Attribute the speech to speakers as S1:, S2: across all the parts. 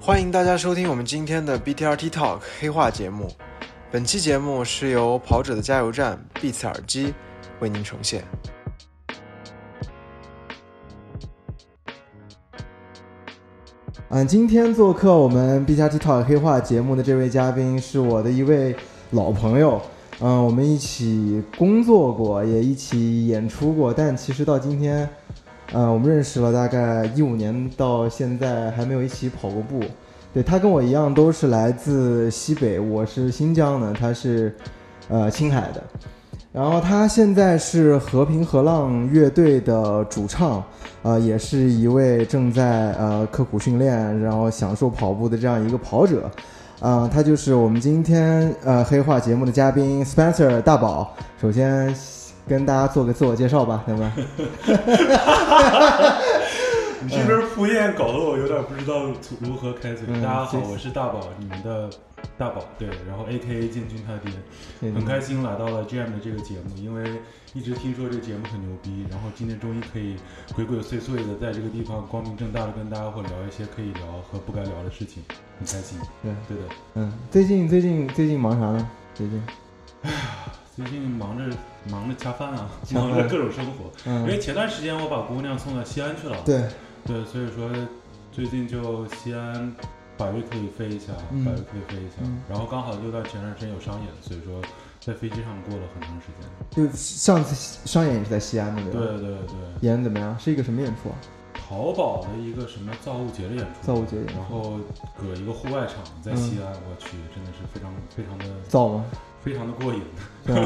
S1: 欢迎大家收听我们今天的 BTRT Talk 黑话节目。本期节目是由跑者的加油站 Beats 耳机为您呈现。嗯，今天做客我们 BTRT Talk 黑话节目的这位嘉宾是我的一位老朋友。嗯，我们一起工作过，也一起演出过，但其实到今天。呃，我们认识了大概一五年到现在还没有一起跑过步。对他跟我一样都是来自西北，我是新疆的，他是呃青海的。然后他现在是和平河浪乐队的主唱，呃，也是一位正在呃刻苦训练，然后享受跑步的这样一个跑者。呃，他就是我们今天呃黑话节目的嘉宾 Spencer 大宝。首先。跟大家做个自我介绍吧， 行吗？
S2: 你这边铺垫搞得我有点不知道如何开嘴。
S1: 嗯
S2: 大家好，
S1: 谢谢
S2: 我是大宝，你们的大宝对，然后 A K A 建军他爹，
S1: 嗯
S2: 很开心来到了 GM 的这个节目，因为一直听说这个节目很牛逼，然后今天终于可以鬼鬼祟祟的在这个地方光明正大的跟大家伙聊一些可以聊和不该聊的事情，很开心。
S1: 对，
S2: 对的，
S1: 嗯，最近最近最近忙啥呢？最近，
S2: 最近忙着忙着恰饭啊，
S1: 恰饭
S2: 忙着各种生活，因
S1: 嗯，
S2: 为前段时间我把姑娘送到西安去了。
S1: 对，
S2: 对，所以说最近就西安百威可以飞一下，
S1: 嗯
S2: 百威可以飞一下，
S1: 嗯
S2: 然后刚好又到前段时间有商演，所以说在飞机上过了很长时间。
S1: 就上次商演也是在西安的，吧？
S2: 对对对，
S1: 演得怎么样？是一个什么演出啊？
S2: 淘宝的一个什么造物节的演出，
S1: 造物节演出
S2: 然后搁一个户外场在西
S1: 嗯
S2: 安，我去，真的是非常非常的
S1: 造 吗？
S2: 非常的过瘾，
S1: 对吧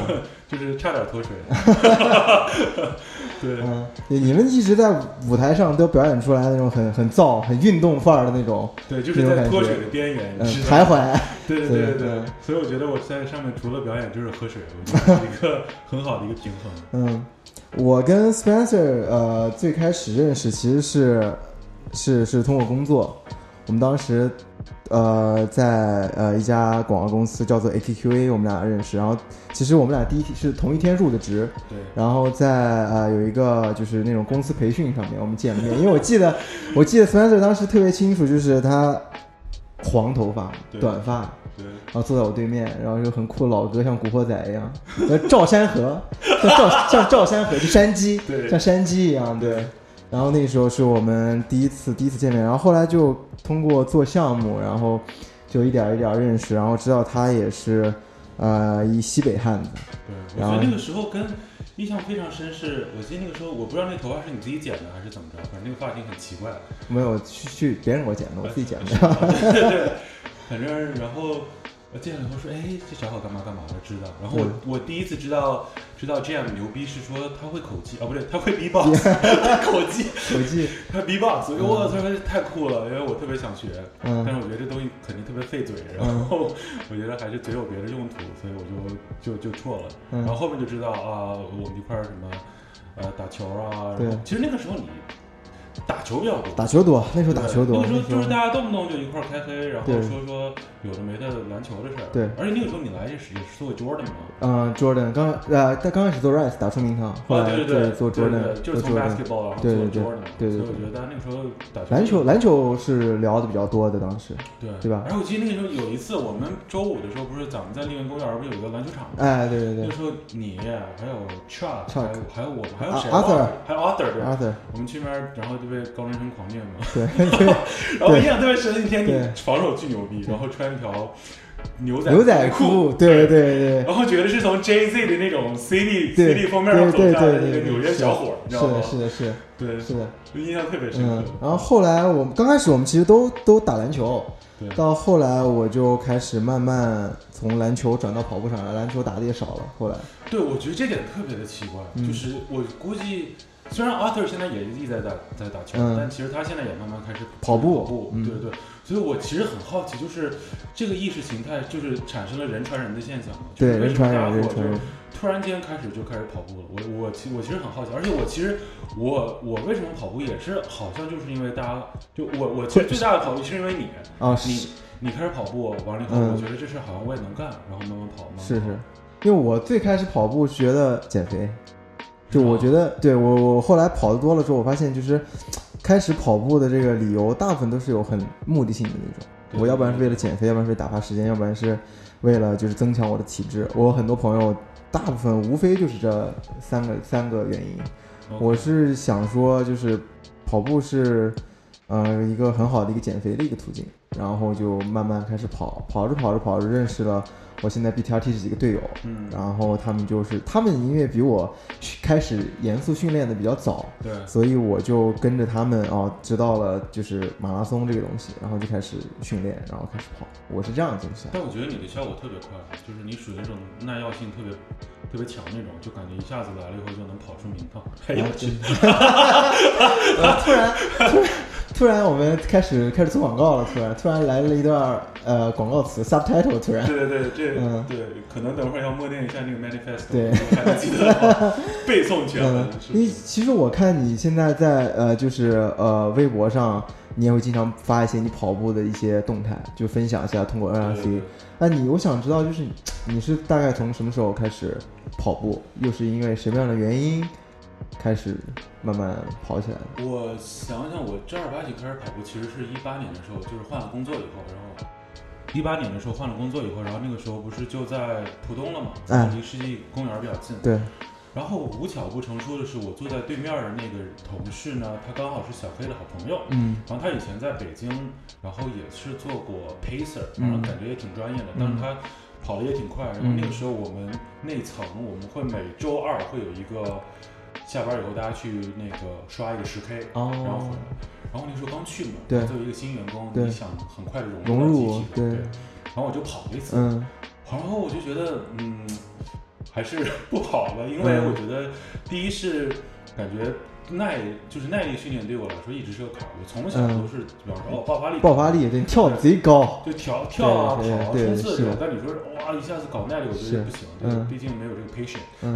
S2: 就是差点脱水。 对，
S1: 嗯，你们一直在舞台上都表演出来那种很很燥、很运动范儿的那种，
S2: 对，就是
S1: 这种
S2: 在
S1: 感
S2: 脱
S1: 觉
S2: 水的边缘，
S1: 嗯，
S2: 是的
S1: 徘徊。
S2: 对对对对
S1: 对
S2: 对，所以我觉得我在上面除了表演就是喝水，我觉得是一个很好的一个平衡。
S1: 嗯，我跟 Spencer 呃最开始认识其实是是是通过工作，我们当时呃在呃一家广告公司叫做 ATQA，我们俩认识，然后其实我们俩第一天是同一天入的职，
S2: 对，
S1: 然后在呃有一个就是那种公司培训上面我们见面，因为我记得我记得 Spencer 当时特别清楚，就是他黄头发
S2: 对
S1: 短发。
S2: 对，
S1: 然后坐在我对面，然后就很酷的老哥，像古惑仔一样，呃，赵山河，像赵像赵山河，就山鸡，
S2: 对
S1: 像山鸡一样，对。然后那时候是我们第一次第一次见面，然后后来就通过做项目，然后就一点儿一点儿认识，然后知道他也是，呃，一西北汉子，
S2: 对，我
S1: 然
S2: 觉
S1: 后
S2: 得那个时候跟印象非常深是，我记得那个时候我不知道那头发是你自己剪的还是怎么着，反正那个发型很奇怪，
S1: 没有去去别人给我剪的，我自己剪的。
S2: 对对对，反正然后。我见了以后说，哎，这小伙干嘛干嘛的，知道。然后我、我第一次知道知道 GM 牛逼是说他会口技啊，不对，他会 B-box，他口技，
S1: 手机，
S2: 他 B-box，我操，太酷了，因为我特别想学。
S1: 嗯
S2: 但是我觉得这东西肯定特别费嘴，然后我觉得还是嘴有别的用途，所以我就就就错了。然后
S1: 嗯，
S2: 后面就知道啊，我们一块儿什么，呃，打球啊。
S1: 对
S2: 然后其实那个时候你打球比较多，
S1: 打球多，那时候打球多，
S2: 对那个时候就是大家动不动就一块儿开黑，然后
S1: 对
S2: 说说有的没的篮球的事儿。
S1: 对
S2: 而且那个时候你来也是也是做 Jordan 嘛。
S1: 嗯，Jordan 刚呃，他刚开始做 Rice 打出名堂，后
S2: 啊，
S1: 来
S2: 对
S1: 对
S2: 对，
S1: 做
S2: 对对
S1: Jordan，
S2: 就
S1: 做
S2: 是从
S1: Jordan。
S2: basketball 然后做
S1: 对对对
S2: Jordan，嘛
S1: 对对
S2: 所以我
S1: 对
S2: 觉得那个时候打球
S1: 篮球，篮球是聊的比较多的，当时，
S2: 对
S1: 对吧
S2: 然后我记得那个时候有一次，我们周五的时候，不是咱们在丽园公园不是有一个篮球场吗？
S1: 哎，对对
S2: 那
S1: 对
S2: 时候你还有 Chuck，
S1: Chuck
S2: 还有还有我们，还有
S1: 啊
S2: 谁
S1: Arthur
S2: 忘了还有 Arthur，对，
S1: ，Arthur，
S2: 我们去那边，然后就被高中生狂虐嘛。
S1: 对对，
S2: 然后我印象特别深，那天
S1: 对
S2: 你防守巨牛逼，然后穿一条牛仔
S1: 牛仔
S2: 裤
S1: 裤，，对对对
S2: 然后觉得是从 Jay Z 的那种 CD
S1: 对
S2: CD 封面上走
S1: 对对
S2: 下来的
S1: 对
S2: 那个
S1: 对
S2: 纽约
S1: 是
S2: 小伙儿，你知
S1: 对，
S2: 道
S1: 是
S2: 吗
S1: 的，？是的，是的，
S2: 对，
S1: 是的，
S2: 就印象特别深
S1: 嗯
S2: 刻。。
S1: 然后后来我们刚开始我们其实都都打篮球，
S2: 对
S1: 到后来我就开始慢慢从篮球转到跑步上来，篮球打的也少了，后来，
S2: 对，我觉得这点特别的奇怪，
S1: 嗯
S2: 就是我估计，虽然 Arthur 现在也一直在打在打球，
S1: 嗯
S2: 但其实他现在也慢慢开始
S1: 跑步
S2: 跑步，
S1: 嗯
S2: 对对。所以我其实很好奇，就是这个意识形态就是产生了人传人的现象嘛，就是
S1: 对，
S2: 为
S1: 人
S2: 什么
S1: 传
S2: 大
S1: 人，
S2: 伙
S1: 人
S2: 就
S1: 传人，
S2: 突然间开始就开始跑步了。我我其我其实很好奇，而且我其实我我为什么跑步也是好像就是因为大家就我我其实最大的跑步是因为你
S1: 啊，
S2: 你
S1: 是
S2: 你开始跑步完了以后，
S1: 嗯
S2: 我觉得这事儿好像我也能干，然后慢慢跑慢慢
S1: 是
S2: 跑
S1: 是，因为我最开始跑步是觉得减肥，就我
S2: 啊
S1: 觉得，对我我后来跑的多了之后，我发现就是开始跑步的这个理由，大部分都是有很目的性的那种。
S2: 对
S1: 我要不然是为了减肥，要不然是为了打发时间，要不然是为了就是增强我的体质。我有很多朋友，大部分无非就是这三个三个原因。
S2: OK
S1: 我是想说，就是跑步是，呃，一个很好的一个减肥的一个途径。然后就慢慢开始跑，跑着跑着跑着认识了我现在 BTRT 这几个队友，
S2: 嗯，
S1: 然后他们就是他们因为比我开始严肃训练的比较早，
S2: 对，
S1: 所以我就跟着他们哦，知道了就是马拉松这个东西，然后就开始训练，然后开始跑。我是这样进行的。
S2: 但我觉得你的效果特别快，就是你属于那种耐药性特别特别强那种，就感觉一下子来了以后就能跑出名堂。哎呦
S1: 然
S2: 我
S1: 后
S2: 去
S1: 就，呃突然突然突然我们开始开始做广告了，突然突然来了一段呃广告词 subtitle，突然
S2: 对对对，这、
S1: 嗯
S2: 对，可能等会儿要默念一下那个 manifest，
S1: 对，
S2: 还能记 得吗背诵全
S1: 嗯
S2: 文，是，不
S1: 因为
S2: 是？
S1: 其实我看你现在在呃，就是呃微博上，你也会经常发一些你跑步的一些动态，就分享一下通过
S2: 对
S1: NRC。那你我想知道，就是你你是大概从什么时候开始跑步，又是因为什么样的原因开始慢慢跑起来的？
S2: 我想想，我正儿八经开始跑步，其实是一八年的时候，就是换了工作以后，然后一八年的时候换了工作以后，然后那个时候不是就在浦东了嘛，
S1: 哎
S2: 离世纪公园比较近。
S1: 对，
S2: 然后无巧不成书的是，我坐在对面的那个同事呢，他刚好是小黑的好朋友。
S1: 嗯
S2: 然后他以前在北京，然后也是做过 pacer，
S1: 嗯
S2: 然后感觉也挺专业的，
S1: 嗯
S2: 但是他跑的也挺快。然后那个时候我们内层，我们会每周二会有一个下班以后大家去那个刷一个十 K，然后回
S1: 哦
S2: 来。然后那时候刚去嘛，
S1: 对
S2: 作为一个新员工，
S1: 对
S2: 你想很快的融
S1: 融
S2: 入
S1: 入
S2: 到
S1: 我
S2: 集体，
S1: 对，
S2: 然后我就跑了一次，
S1: 嗯
S2: 然后我就觉得，嗯，还是 不好了，因为
S1: 嗯
S2: 我觉得，第一是感觉耐，就是耐力训练对我来说一直是个坎儿。我从小
S1: 嗯
S2: 都是，比方说哦，爆发力，
S1: 爆发力对，跳得贼高，
S2: 就跳跳啊、
S1: 对
S2: 跑啊、
S1: 对
S2: 冲刺这
S1: 是
S2: 种。但你说是哇，一下子搞耐力，我觉
S1: 是
S2: 得不行，对
S1: 嗯
S2: 毕竟没有这个 patient。
S1: 嗯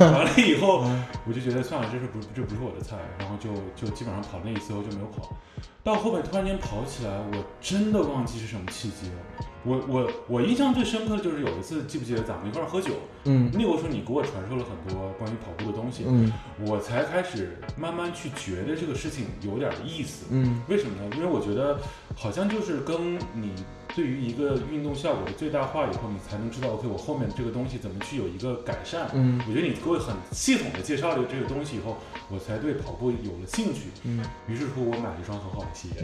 S2: 完了以后，
S1: 嗯
S2: 我就觉得算了，这是不这不是我的菜，然后就就基本上跑那一次我就没有跑。到后面突然间跑起来，我真的忘记是什么契机了。我我我印象最深刻的就是有一次，记不记得咱们一块儿喝酒？
S1: 嗯
S2: 那个时候你给我传授了很多关于跑步的东西，
S1: 嗯
S2: 我才开始慢慢去觉得这个事情有点意思。
S1: 嗯
S2: 为什么呢？因为我觉得好像就是跟你对于一个运动效果的最大化以后，你才能知道 OK，我后面这个东西怎么去有一个改善。
S1: 嗯
S2: 我觉得你给我很系统的介绍了这个东西以后，我才对跑步有了兴趣。
S1: 嗯，
S2: 于是乎，我买了一双很好的鞋。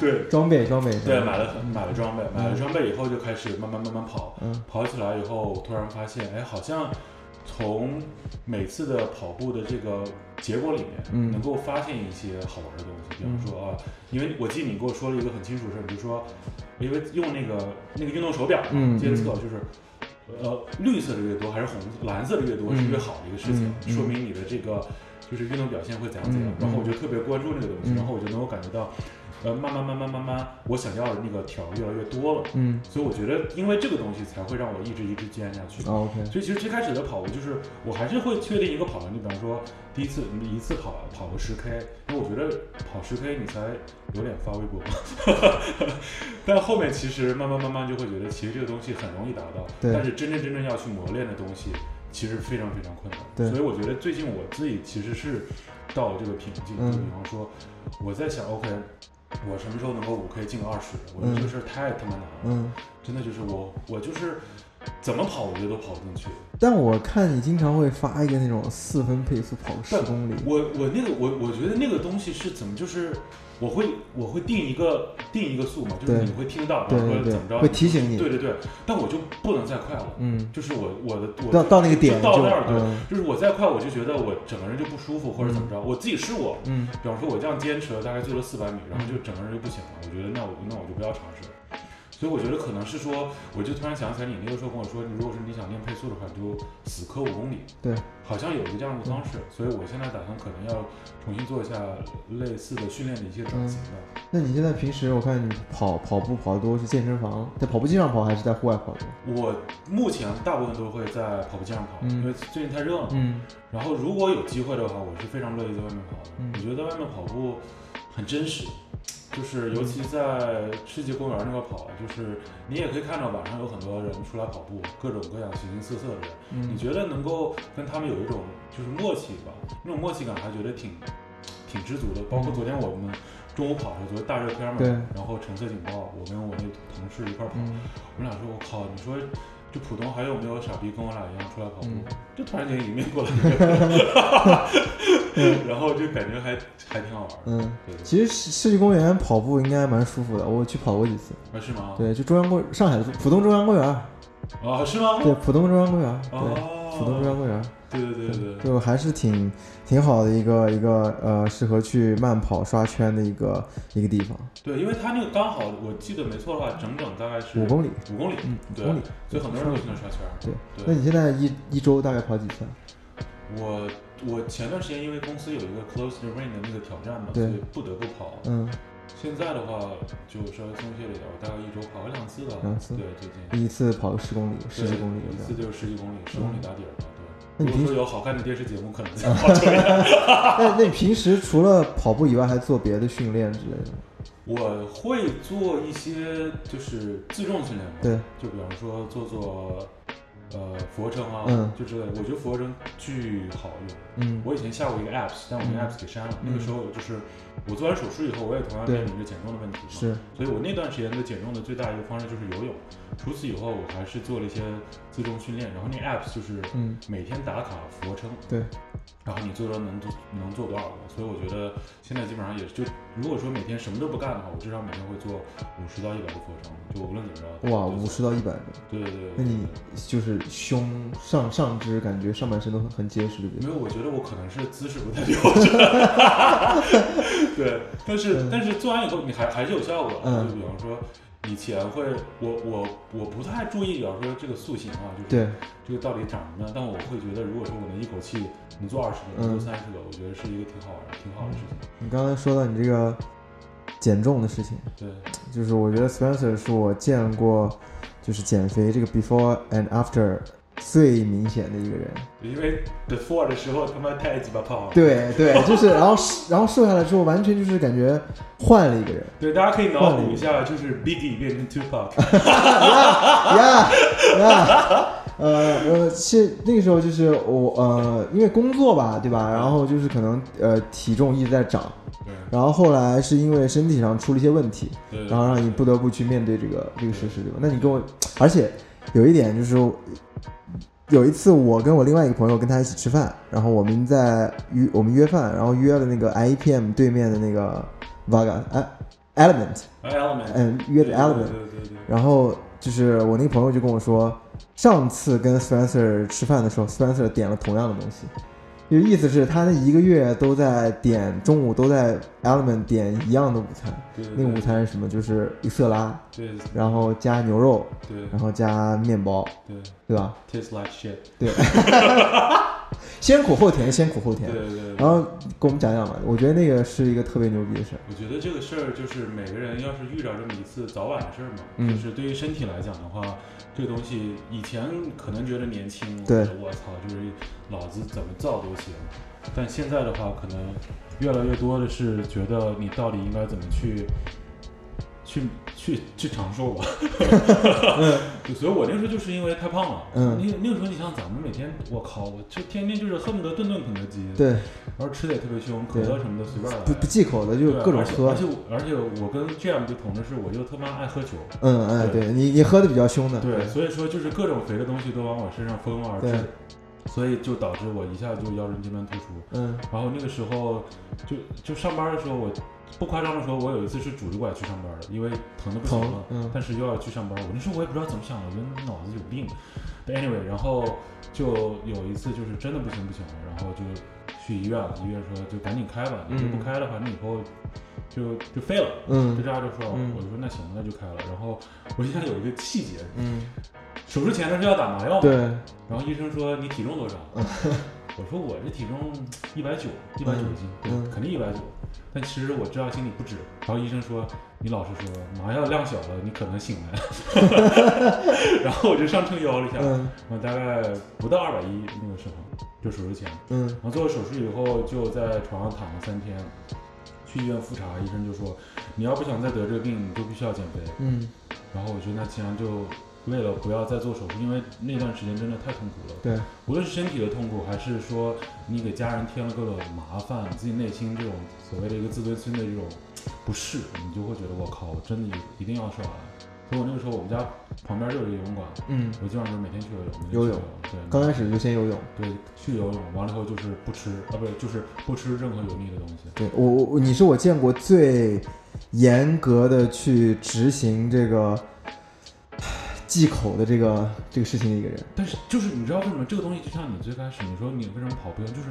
S2: 对
S1: 装备装备
S2: 对，买了买了装备，买了装备以后就开始慢慢慢慢跑。
S1: 嗯
S2: 跑起来以后，突然发现，哎，好像从每次的跑步的这个结果里
S1: 嗯
S2: 面，能够发现一些好玩的东西。比
S1: 嗯
S2: 方说啊，因为我记得你给我说了一个很清楚的事儿，比如说，因为用那个那个运动手表嘛
S1: 嗯
S2: 监测，就是呃绿色的越多还是红蓝色的越多
S1: 嗯
S2: 是越好的一个事情
S1: 嗯，嗯
S2: 说明你的这个就是运动表现会怎样怎样
S1: 嗯。嗯
S2: 然后我就特别关注那个东西，
S1: 嗯
S2: 然后我就能够感觉到，呃，慢慢慢慢慢慢，我想要的那个条越来越多了。
S1: 嗯
S2: 所以我觉得，因为这个东西才会让我一直一直坚持下去。
S1: 啊 OK
S2: 所以其实最开始的跑步就是，我还是会确定一个跑量，就比方说第一次你一次跑跑个十 K，因为我觉得跑十 K 你才有脸发微博。 但后面其实慢慢慢慢就会觉得，其实这个东西很容易达到，
S1: 对
S2: 但是真正真正要去磨练的东西，其实非常非常困难。
S1: 对
S2: 所以我觉得最近我自己其实是到了这个瓶颈，
S1: 嗯
S2: 就比方说我在想，OK，我什么时候能够五 K 进二十？我觉得这个事儿太他妈难了。
S1: 嗯。
S2: 真的就是我，我就是怎么跑，我觉得都跑不进去。
S1: 但我看你经常会发一个那种四分配速跑十
S2: 但
S1: 公里，
S2: 我我那个我我觉得那个东西是怎么就是。我会我会定一个定一个速嘛，就是
S1: 对
S2: 你会听到，比
S1: 对
S2: 如说
S1: 对对
S2: 怎么着，
S1: 会提醒你
S2: 对对对，但我就不能再快了，
S1: 嗯，
S2: 就是我我的我
S1: 到到那个
S2: 就
S1: 点
S2: 到那儿对，
S1: 嗯
S2: 就是我再快我就觉得我整个人就不舒服或者怎么着，我自己是我，
S1: 嗯
S2: 比方说我这样坚持了大概最多四百米，然后就整个人就不行了，我觉得那我那我就不要尝试了。所以我觉得可能是说，我就突然想起来，你那个时候跟我说，你如果是你想练配速的话，你就死磕五公里。
S1: 对，嗯
S2: 好像有一个这样的方式，所以我现在打算可能要重新做一下类似的训练的一些
S1: 嗯
S2: 转型吧。
S1: 那你现在平时我看你跑跑步跑的多是健身房，在跑步机上跑还是在户外跑的？
S2: 我目前大部分都会在跑步机上跑，
S1: 嗯
S2: 因为最近太热了。
S1: 嗯
S2: 然后如果有机会的话，我是非常乐意在外面跑的。
S1: 嗯
S2: 我觉得在外面跑步很真实，就是尤其在世纪公园那块跑啊，就是你也可以看到晚上有很多人出来跑步，各种各样形形色色的人。你
S1: 嗯
S2: 觉得能够跟他们有一种就是默契吧，那种默契感还觉得挺挺知足的。包括昨天我们中午跑的时候，昨天大热天嘛
S1: 嗯对，
S2: 然后橙色警报，我跟我那同事一块儿跑，
S1: 嗯
S2: 我们俩说，我靠，你说这浦东还有没有傻逼跟我俩一样出来跑步
S1: 嗯？
S2: 就突然间迎面过来一个， 然后就感觉还还挺好玩的。
S1: 嗯，
S2: 对，
S1: 其实世世纪公园跑步应该蛮舒服的，我去跑过几次。
S2: 啊是吗？
S1: 对，就中央公上海的浦东中央公园，
S2: 啊是吗？
S1: 对，浦东中央公园，对，浦东中央
S2: 哦，
S1: 公园，
S2: 对对对对对，
S1: 就还是挺挺好的一个一个呃，适合去慢跑刷圈的一个一个地方，
S2: 对，因为它那个刚好，我记得没错的话，整整大概是
S1: 五公里，
S2: 五公里，
S1: 嗯，五
S2: 对
S1: 公里。
S2: 所以很多人都去那刷圈儿。
S1: 对，那
S2: 对，
S1: 你现在一一周大概跑几次啊？
S2: 我我前段时间因为公司有一个 close the rain 的那个挑战嘛，所
S1: 对
S2: 以不得不跑。
S1: 嗯，
S2: 现在的话就稍微松懈了一点，我大概一周跑个两次吧。
S1: 两次
S2: 对，最近。
S1: 一次跑个十公里、十几公里有
S2: 一
S1: 这
S2: 次
S1: 样。
S2: 就是十几公里，十公里打底儿吧。
S1: 那
S2: 对，
S1: 你
S2: 如
S1: 平时，
S2: 果说有好看的电视节目，可能 再跑这样。
S1: 那那你平时除了跑步以外，还做别的训练之类的吗？
S2: 我会做一些就是自重训练嘛，
S1: 对，
S2: 就比方说做做呃俯卧撑啊，
S1: 嗯
S2: 就之类的。我觉得俯卧撑巨好用。
S1: 嗯
S2: 我以前下过一个 apps，但我那
S1: 嗯
S2: 个 apps 给删了。
S1: 嗯
S2: 那个时候就是我做完手术以后，我也同样
S1: 对
S2: 面临着减重的问题嘛。
S1: 是，
S2: 所以我那段时间的减重的最大一个方式就是游泳。除此以后，我还是做了一些自重训练，然后那 apps 就是
S1: 嗯，
S2: 每天打卡俯卧撑，
S1: 对，
S2: 然后你最多能做能做多少个？所以我觉得现在基本上也就，如果说每天什么都不干的话，我至少每天会做五十到一百个俯卧撑，就无论怎么着。
S1: 哇，
S2: 就
S1: 五
S2: 做
S1: 十到一百个，
S2: 对对对。
S1: 那你
S2: 对
S1: 就是胸上上肢感觉上半身都很很结实，对不对
S2: 没？有，我觉得我可能是姿势不太标准。 对，但是、
S1: 嗯
S2: 但是做完以后，你还还是有效果的。
S1: 嗯
S2: 就比方说，以前会我我我不太注意，比方说这个塑形啊，就是
S1: 对，
S2: 这个到底长什么样。但我会觉得，如果说我能一口气能做二十个，能
S1: 嗯
S2: 做三十个，我觉得是一个挺好玩、挺好的事情。
S1: 你刚才说到你这个减重的事情，
S2: 对，
S1: 就是我觉得 Spencer 是我见过，就是减肥这个 before and after 最明显的一个人。
S2: 因为 before 的时候他妈太鸡巴胖了。
S1: 对对，就是然后然后瘦下来之后，完全就是感觉换了一个人。
S2: 对，大家可以脑补一下，就是 Biggie 变成 Tupac。
S1: 呀呀， 呃呃，是那个时候就是我呃，因为工作吧，对吧？然后就是可能呃体重一直在涨，
S2: 对
S1: 然后后来是因为身体上出了一些问题，
S2: 对。
S1: 然后让你不得不去面对这个这个事实，对吧？那你跟我，而且有一点就是，有一次我跟我另外一个朋友跟他一起吃饭，然后我们在约我们约饭，然后约了那个 IEPM 对面的那个 Vaga 哎 Element，
S2: 哎 Element。
S1: 嗯，约的 Element，
S2: 对对对对。
S1: 然后就是我那个朋友就跟我说，上次跟 Spencer 吃饭的时候，Spencer 点了同样的东西，就意思是他那一个月都在点中午都在 Element 点一样的午餐，
S2: 对对
S1: 那个午餐是什么？就是一色拉，
S2: 对对
S1: 然后加牛肉，
S2: 对
S1: 然后加面包，
S2: 对。
S1: 对吧？
S2: Taste like shit。
S1: 先苦后甜，先苦后甜
S2: 对。对对。
S1: 然后给我们讲讲吧，我觉得那个是一个特别牛逼的事儿。
S2: 我觉得这个事儿就是每个人要是遇着这么一次，早晚的事儿嘛。
S1: 嗯
S2: 就是对于身体来讲的话，这个东西以前可能觉得年轻，
S1: 对
S2: 觉得我操，就是老子怎么造都行。但现在的话，可能越来越多的是觉得你到底应该怎么去。去去去长 寿吧， 对所以，我那时候就是因为太胖了。
S1: 嗯
S2: 那那个时候你想，咱们每天，我靠，我这天天就是恨不得顿顿肯德基，
S1: 对，
S2: 然后吃的也特别凶，可
S1: 对
S2: 乐什么的随便来。
S1: 不不忌口的就
S2: 对
S1: 各种
S2: 而且
S1: 喝
S2: 而。且我而且我跟 Jam 就同的是，我就他妈爱喝酒，
S1: 嗯哎，
S2: 对
S1: 对你你喝的比较凶的。
S2: 对，所以说就是各种肥的东西都往我身上蜂拥而至
S1: 对，
S2: 所以就导致我一下就腰椎间盘突出。
S1: 嗯
S2: 然后那个时候就就上班的时候我。不夸张的说，我有一次是拄着拐去上班的，因为疼的不行
S1: 疼
S2: 了。
S1: 嗯
S2: 但是又要去上班，我那时候我也不知道怎么想的，我觉得脑子有病。但 anyway，然后就有一次就是真的不行不行了，然后就去医院了。医院说就赶紧开吧，你这不
S1: 嗯
S2: 开的话，你以后就就废了。就
S1: 嗯
S2: 这样就说，
S1: 嗯
S2: 我就说那行，那就开了。然后我印象有一个细节，
S1: 嗯，
S2: 手术前的时候要打麻药嘛，
S1: 对。嗯
S2: 然后医生说你体重多少？我说我这体重一百九，一百九十斤，对，
S1: 嗯
S2: 肯定一百九。但其实我知道心里不止。然后医生说你老实说，麻药量小了，你可能醒来。 然后我就上秤摇了一下，
S1: 嗯
S2: 我大概不到二百一那个时候，就手术前。
S1: 嗯
S2: 然后做了手术以后就在床上躺了三天，去医院复查，医生就说你要不想再得这个病，你就必须要减肥。
S1: 嗯，
S2: 然后我觉得那既然就为了不要再做手术，因为那段时间真的太痛苦了，
S1: 对，
S2: 无论是身体的痛苦，还是说你给家人添了各种麻烦，你自己内心这种所谓的一个自尊心的这种不适，你就会觉得我靠，我真的一定要瘦下来。所以我那个时候我们家旁边就有一个游泳馆，
S1: 嗯，
S2: 我基本上就每天去游泳，每天去
S1: 游
S2: 游
S1: 泳
S2: 泳，对，
S1: 刚开始就先游泳。
S2: 对去游泳，完了以后就是不吃啊，不是就是不吃任何油腻的东西。
S1: 对我我我你是我见过最严格的去执行这个唉忌口的这个这个事情的一个人。
S2: 但是就是你知道为什么这个东西，就像你最开始你说你为什么跑步，就是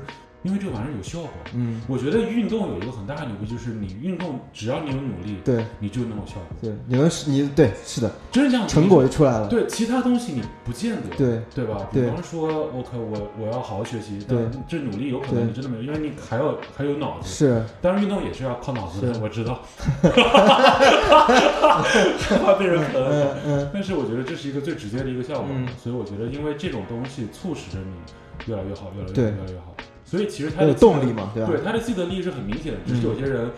S2: 因为这个玩意儿有效果。
S1: 嗯，
S2: 我觉得运动有一个很大的牛逼，就是你运动只要你有努力，
S1: 对
S2: 你就能有效果，
S1: 对，你能是你对是的，
S2: 真是这样。
S1: 成果就出来了。
S2: 对其他东西你不见得，
S1: 对
S2: 对吧？
S1: 对
S2: 比方说，OK，我我要好好学习，
S1: 对
S2: 但这努力有可
S1: 对
S2: 能你真的没有，因为你还有还有脑子。
S1: 是，
S2: 当然，运动也是要靠脑子的，
S1: 是
S2: 我 知道， 害怕被人喷。
S1: 嗯嗯
S2: 但是我觉得这是一个最直接的一个效果，
S1: 嗯
S2: 所以我觉得因为这种东西促使着你越来越好，越来
S1: 对
S2: 越好，越来越好。所以其实，他
S1: 要
S2: 的
S1: 有动力嘛，对
S2: 记
S1: 吧嗯
S2: 得，？对他的既得利益是很明显的，只是有些人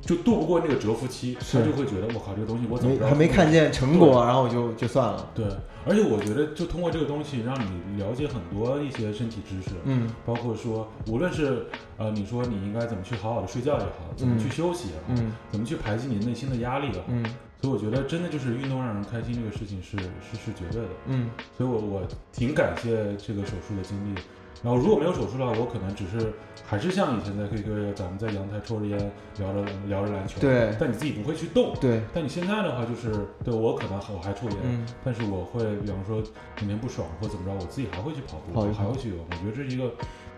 S2: 就度不过那个蛰伏期，
S1: 是
S2: 他就会觉得我靠，这个东西我怎么
S1: 没
S2: 知道
S1: 还没看见成果，然后我就就算了。
S2: 对，而且我觉得就通过这个东西，让你了解很多一些身体知识，
S1: 嗯
S2: 包括说，无论是呃，你说你应该怎么去好好的睡觉也好，怎么去休息也好，
S1: 嗯
S2: 怎么去排解你内心的压力也好，
S1: 嗯
S2: 所以我觉得真的就是运动让人开心这个事情是是是绝对的。
S1: 嗯
S2: 所以我我挺感谢这个手术的经历。然后如果没有手术的话，我可能只是还是像以前在 QQ 咱们在阳台抽着烟聊着聊着篮球，
S1: 对
S2: 但你自己不会去动。
S1: 对，
S2: 但你现在的话，就是对我可能我还抽烟，
S1: 嗯
S2: 但是我会比方说今天不爽或怎么着，我自己还会去跑步，
S1: 跑一
S2: 我还
S1: 跑
S2: 会去游泳。我觉得这是一个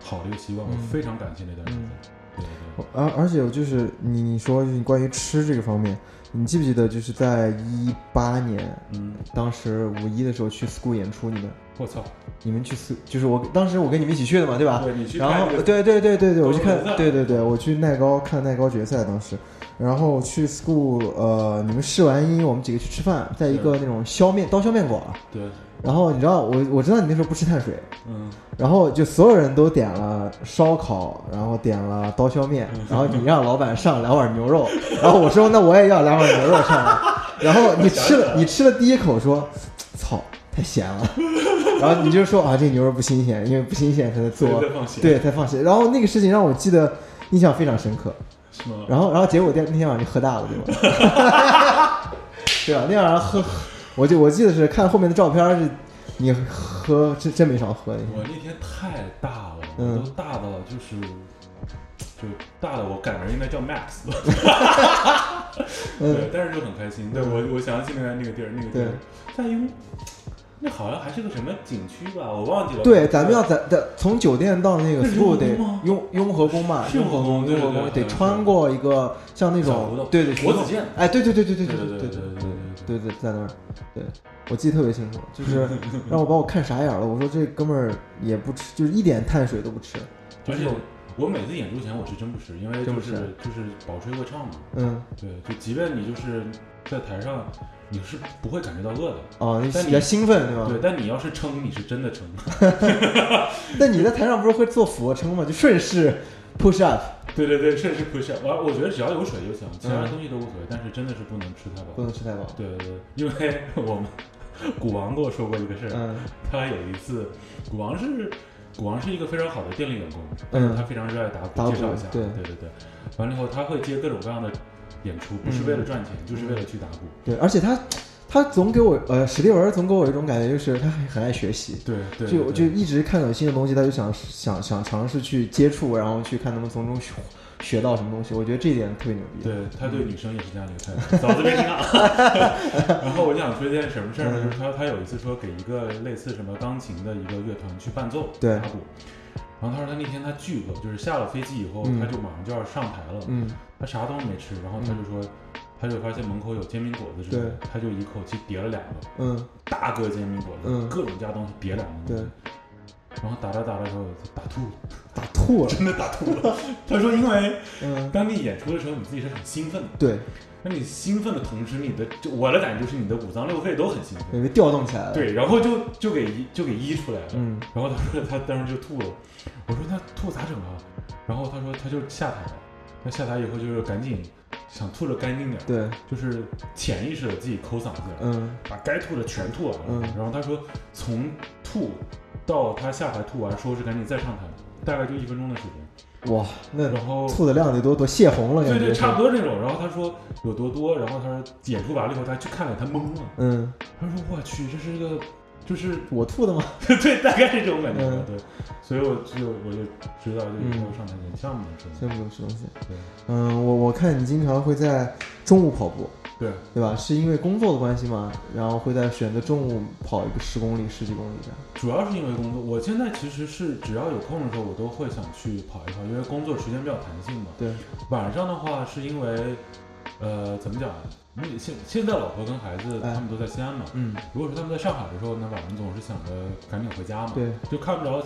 S2: 好的一个习惯，
S1: 嗯
S2: 我非常感谢那段时间。对对对，
S1: 而而且就是你你说你关于吃这个方面，你记不记得就是在一八年
S2: 嗯，
S1: 当时五一的时候去 school 演出，你们
S2: 我操，
S1: 你们去 school 就是我当时我跟你们一起去的嘛，对吧？
S2: 对你去
S1: 啊然
S2: 看
S1: 后
S2: 那个
S1: 对对对对对，我去看
S2: 决赛，
S1: 对对对，我去奈高看奈高决赛当时，然后去 school 呃，你们试完音，我们几个去吃饭，在一个那种削面刀削面馆儿，
S2: 对，
S1: 然后你知道我我知道你那时候不吃碳水，
S2: 嗯，
S1: 然后就所有人都点了烧烤，然后点了刀削面，
S2: 嗯
S1: 然后你让老板上两碗牛肉，然后我说那我也要两碗牛肉上 来，然后你吃了你吃了第一口说，操太咸了， 然后你就说啊这牛肉不新鲜，因为不新鲜才能
S2: 所以
S1: 做
S2: 再放血
S1: 对才放血，然后那个事情让我记得印象非常深刻，
S2: 是吗？
S1: 然后然后结果第二那天晚上就喝大了对吧？对吧？那天晚上喝，我就我记得是看后面的照片是，你喝真真没少喝那天。
S2: 我那天太大了，
S1: 嗯
S2: 我都大到就是，就大的我赶上应该叫 Max，
S1: 嗯
S2: 对，但是就很开心。对我，我想起那个那个地儿，那个地
S1: 对
S2: 儿在雍，那好像还是个什么景区吧，我忘记了。
S1: 对，咱们要咱咱从酒店到那个
S2: 那是
S1: school
S2: 雍和
S1: 得
S2: 宫吗
S1: 雍雍和宫嘛，
S2: 是
S1: 雍
S2: 雍
S1: 和
S2: 和宫
S1: 宫，雍和
S2: 对对
S1: 宫
S2: 对
S1: 得
S2: 对
S1: 穿过一个像那
S2: 小胡
S1: 种
S2: 同
S1: 对对胡
S2: 国子
S1: 同
S2: 监
S1: 哎，对对对对对
S2: 对对
S1: 对
S2: 对
S1: 对
S2: 对对
S1: 对
S2: 对
S1: 对，在那儿，对我记得特别清楚，就是让我把我看傻眼了，我说这哥们儿也不吃，就是一点碳水都不吃，就
S2: 而
S1: 是
S2: 且我每次演出前我是真不吃，因为
S1: 真
S2: 就
S1: 不吃
S2: 是就是饱吹会唱嘛，
S1: 嗯
S2: 对，就即便你就是在台上，你是不会感觉到饿的。
S1: 哦，你
S2: 但
S1: 比较
S2: 你
S1: 兴奋对吧
S2: 对？，但你要是撑，你是真的撑。
S1: 但你在台上不是会做俯卧撑吗？就顺势 push up，
S2: 对对对，甚至不是。我我觉得只要有水就行，其他
S1: 嗯
S2: 东西都无所谓。但是真的是不能吃太饱
S1: 不。能吃太饱，
S2: 对对对，因为 我们古王跟我说过一个事儿，
S1: 嗯
S2: 他有一次，古王是古王是一个非常好的电力员工，但是
S1: 嗯
S2: 他非常热爱打鼓，
S1: 打鼓
S2: 介绍一下，
S1: 对
S2: 对对对。完了以后，他会接各种各样的演出，不是
S1: 嗯
S2: 为了赚钱，就是为了去打鼓。
S1: 对，而且他他总给我呃史蒂文总给我有一种感觉，就是他很很爱学习。
S2: 对对，
S1: 就我
S2: 对
S1: 就一直看到有新的东西，他就想想想尝试去接触，然后去看他们从中学学到什么东西。我觉得这一点特别牛逼。
S2: 对，他对
S1: 嗯
S2: 女生也是这样的一个态度，嫂子别听啊。 然后我就想说一件什么事儿呢？
S1: 嗯
S2: 就是他他有一次说给一个类似什么钢琴的一个乐团去伴奏
S1: 对
S2: 打鼓，然后他说他那天他巨饿，就是下了飞机以后、
S1: 嗯
S2: 他就马上就要上台了，
S1: 嗯，
S2: 他啥东西没吃，然后他就说。他就发现门口有煎饼果子之类的，他就一口气叠了两个
S1: 嗯
S2: 大个煎饼果子，
S1: 嗯
S2: 各种加东西叠两
S1: 对，
S2: 个，然后打着打着时候打吐了，
S1: 打吐了。
S2: 真的打 吐了。他说因为
S1: 嗯，
S2: 当你演出的时候，你自己是很兴奋的，
S1: 对，
S2: 那你兴奋的同时，你的就我的感觉就是你的五脏六肺都很兴奋，
S1: 也被调动起来了。，
S2: 对，然后就就给一就给一出来了，
S1: 嗯
S2: 然啊后他说他当时就吐了，我说那吐咋整啊？然后他说他就下台了，他那下台以后就是赶紧想吐的干净点儿，
S1: 对，
S2: 就是潜意识的自己抠嗓子眼儿，
S1: 嗯
S2: 呃把该吐的全吐完了。
S1: 嗯
S2: 然后他说，从吐到他下台吐完，收拾赶紧再上台，大概就一分钟的时间。
S1: 哇，那
S2: 然后
S1: 吐的量得多多泄洪了，
S2: 对
S1: 感
S2: 对，
S1: 觉是
S2: 差不多这种。然后他说有多多，然后他说演出完了以后，他去看了，他懵了，
S1: 嗯，
S2: 他说我去，这是一个，就是
S1: 我吐的吗？
S2: 对，大概是这种感觉吧
S1: 嗯。
S2: 对，所以我就我就知道，就以后
S1: 嗯
S2: 上台前项目的事
S1: 真
S2: 情。
S1: 不是东西。
S2: 对
S1: 嗯，我我看你经常会在中午跑步，
S2: 对，
S1: 对吧？是因为工作的关系吗？然后会在选择中午跑一个十公里、十几公里这样。
S2: 主要是因为工作。我现在其实是只要有空的时候，我都会想去跑一跑，因为工作时间比较弹性嘛。
S1: 对，
S2: 晚上的话，是因为，呃，怎么讲？你现现在老婆跟孩子
S1: 哎
S2: 他们都在西安嘛。
S1: 嗯，
S2: 如果是他们在上海的时候，那晚上总是想着赶紧回家嘛。
S1: 对，
S2: 就看不着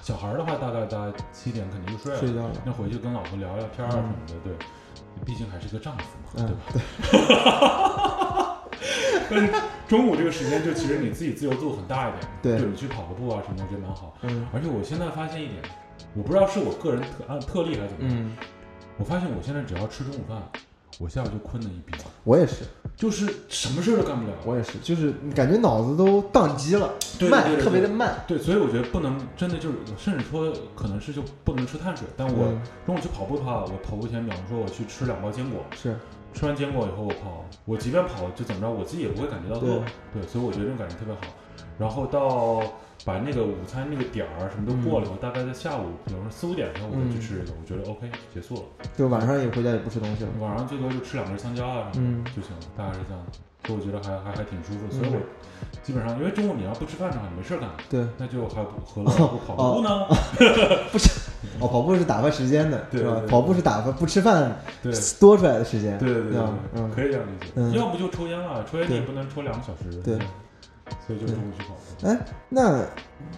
S2: 小孩儿的话，大概大概七点肯定就睡了。
S1: 睡觉了。
S2: 那回去跟老婆聊聊天儿啊什么的，对，毕竟还是个丈夫嘛，
S1: 嗯
S2: 对吧？ 但是中午这个时间，就其实你自己自由度很大一点，
S1: 对
S2: 就你去跑个步啊什么的，我觉得蛮好。
S1: 嗯
S2: 而且我现在发现一点，我不知道是我个人特按特例还是怎么样，
S1: 嗯，
S2: 我发现我现在只要吃中午饭，我下午就困得一逼，
S1: 我也是，
S2: 就是什么事儿都干不了。
S1: 我也是，就是感觉脑子都宕机了，
S2: 对对
S1: 慢，
S2: 对对
S1: 特别的慢。
S2: 对，所以我觉得不能真的就是，甚至说可能是就不能吃碳水。但我
S1: 嗯
S2: 中午去跑步的话，我跑步前，比方说我去吃两包坚果，
S1: 是，
S2: 吃完坚果以后，我跑，我即便跑就怎么着，我自己也不会感觉到饿，对，所以我觉得这种感觉特别好。然后到把那个午餐那个点儿什么都过了以后，大概在下午，比方说四五点的时候，我
S1: 嗯
S2: 就去吃这个，我觉得 OK 结束了。
S1: 就晚上也回家也不吃东西了。
S2: 晚上最多就吃两根香蕉啊什么
S1: 嗯
S2: 的就行了，大概是这样子。所以我觉得还还还挺舒服的，所以
S1: 嗯
S2: 我基本上因为中午你要不吃饭的话，你没事儿干，
S1: 对，
S2: 那就还 不何乐而不跑步呢？
S1: 哦，跑步是打发时间的，
S2: 对
S1: 是吧
S2: 对？对
S1: 跑步是打发不吃饭
S2: 对。
S1: 多出来的时间。
S2: 对对
S1: 对
S2: 对对
S1: 吧，嗯
S2: 可以这样理解。
S1: 嗯
S2: 要不就抽烟了，抽烟你也
S1: 对
S2: 不能抽两个小时。
S1: 对，
S2: 所以就中午去跑步。
S1: 哎，那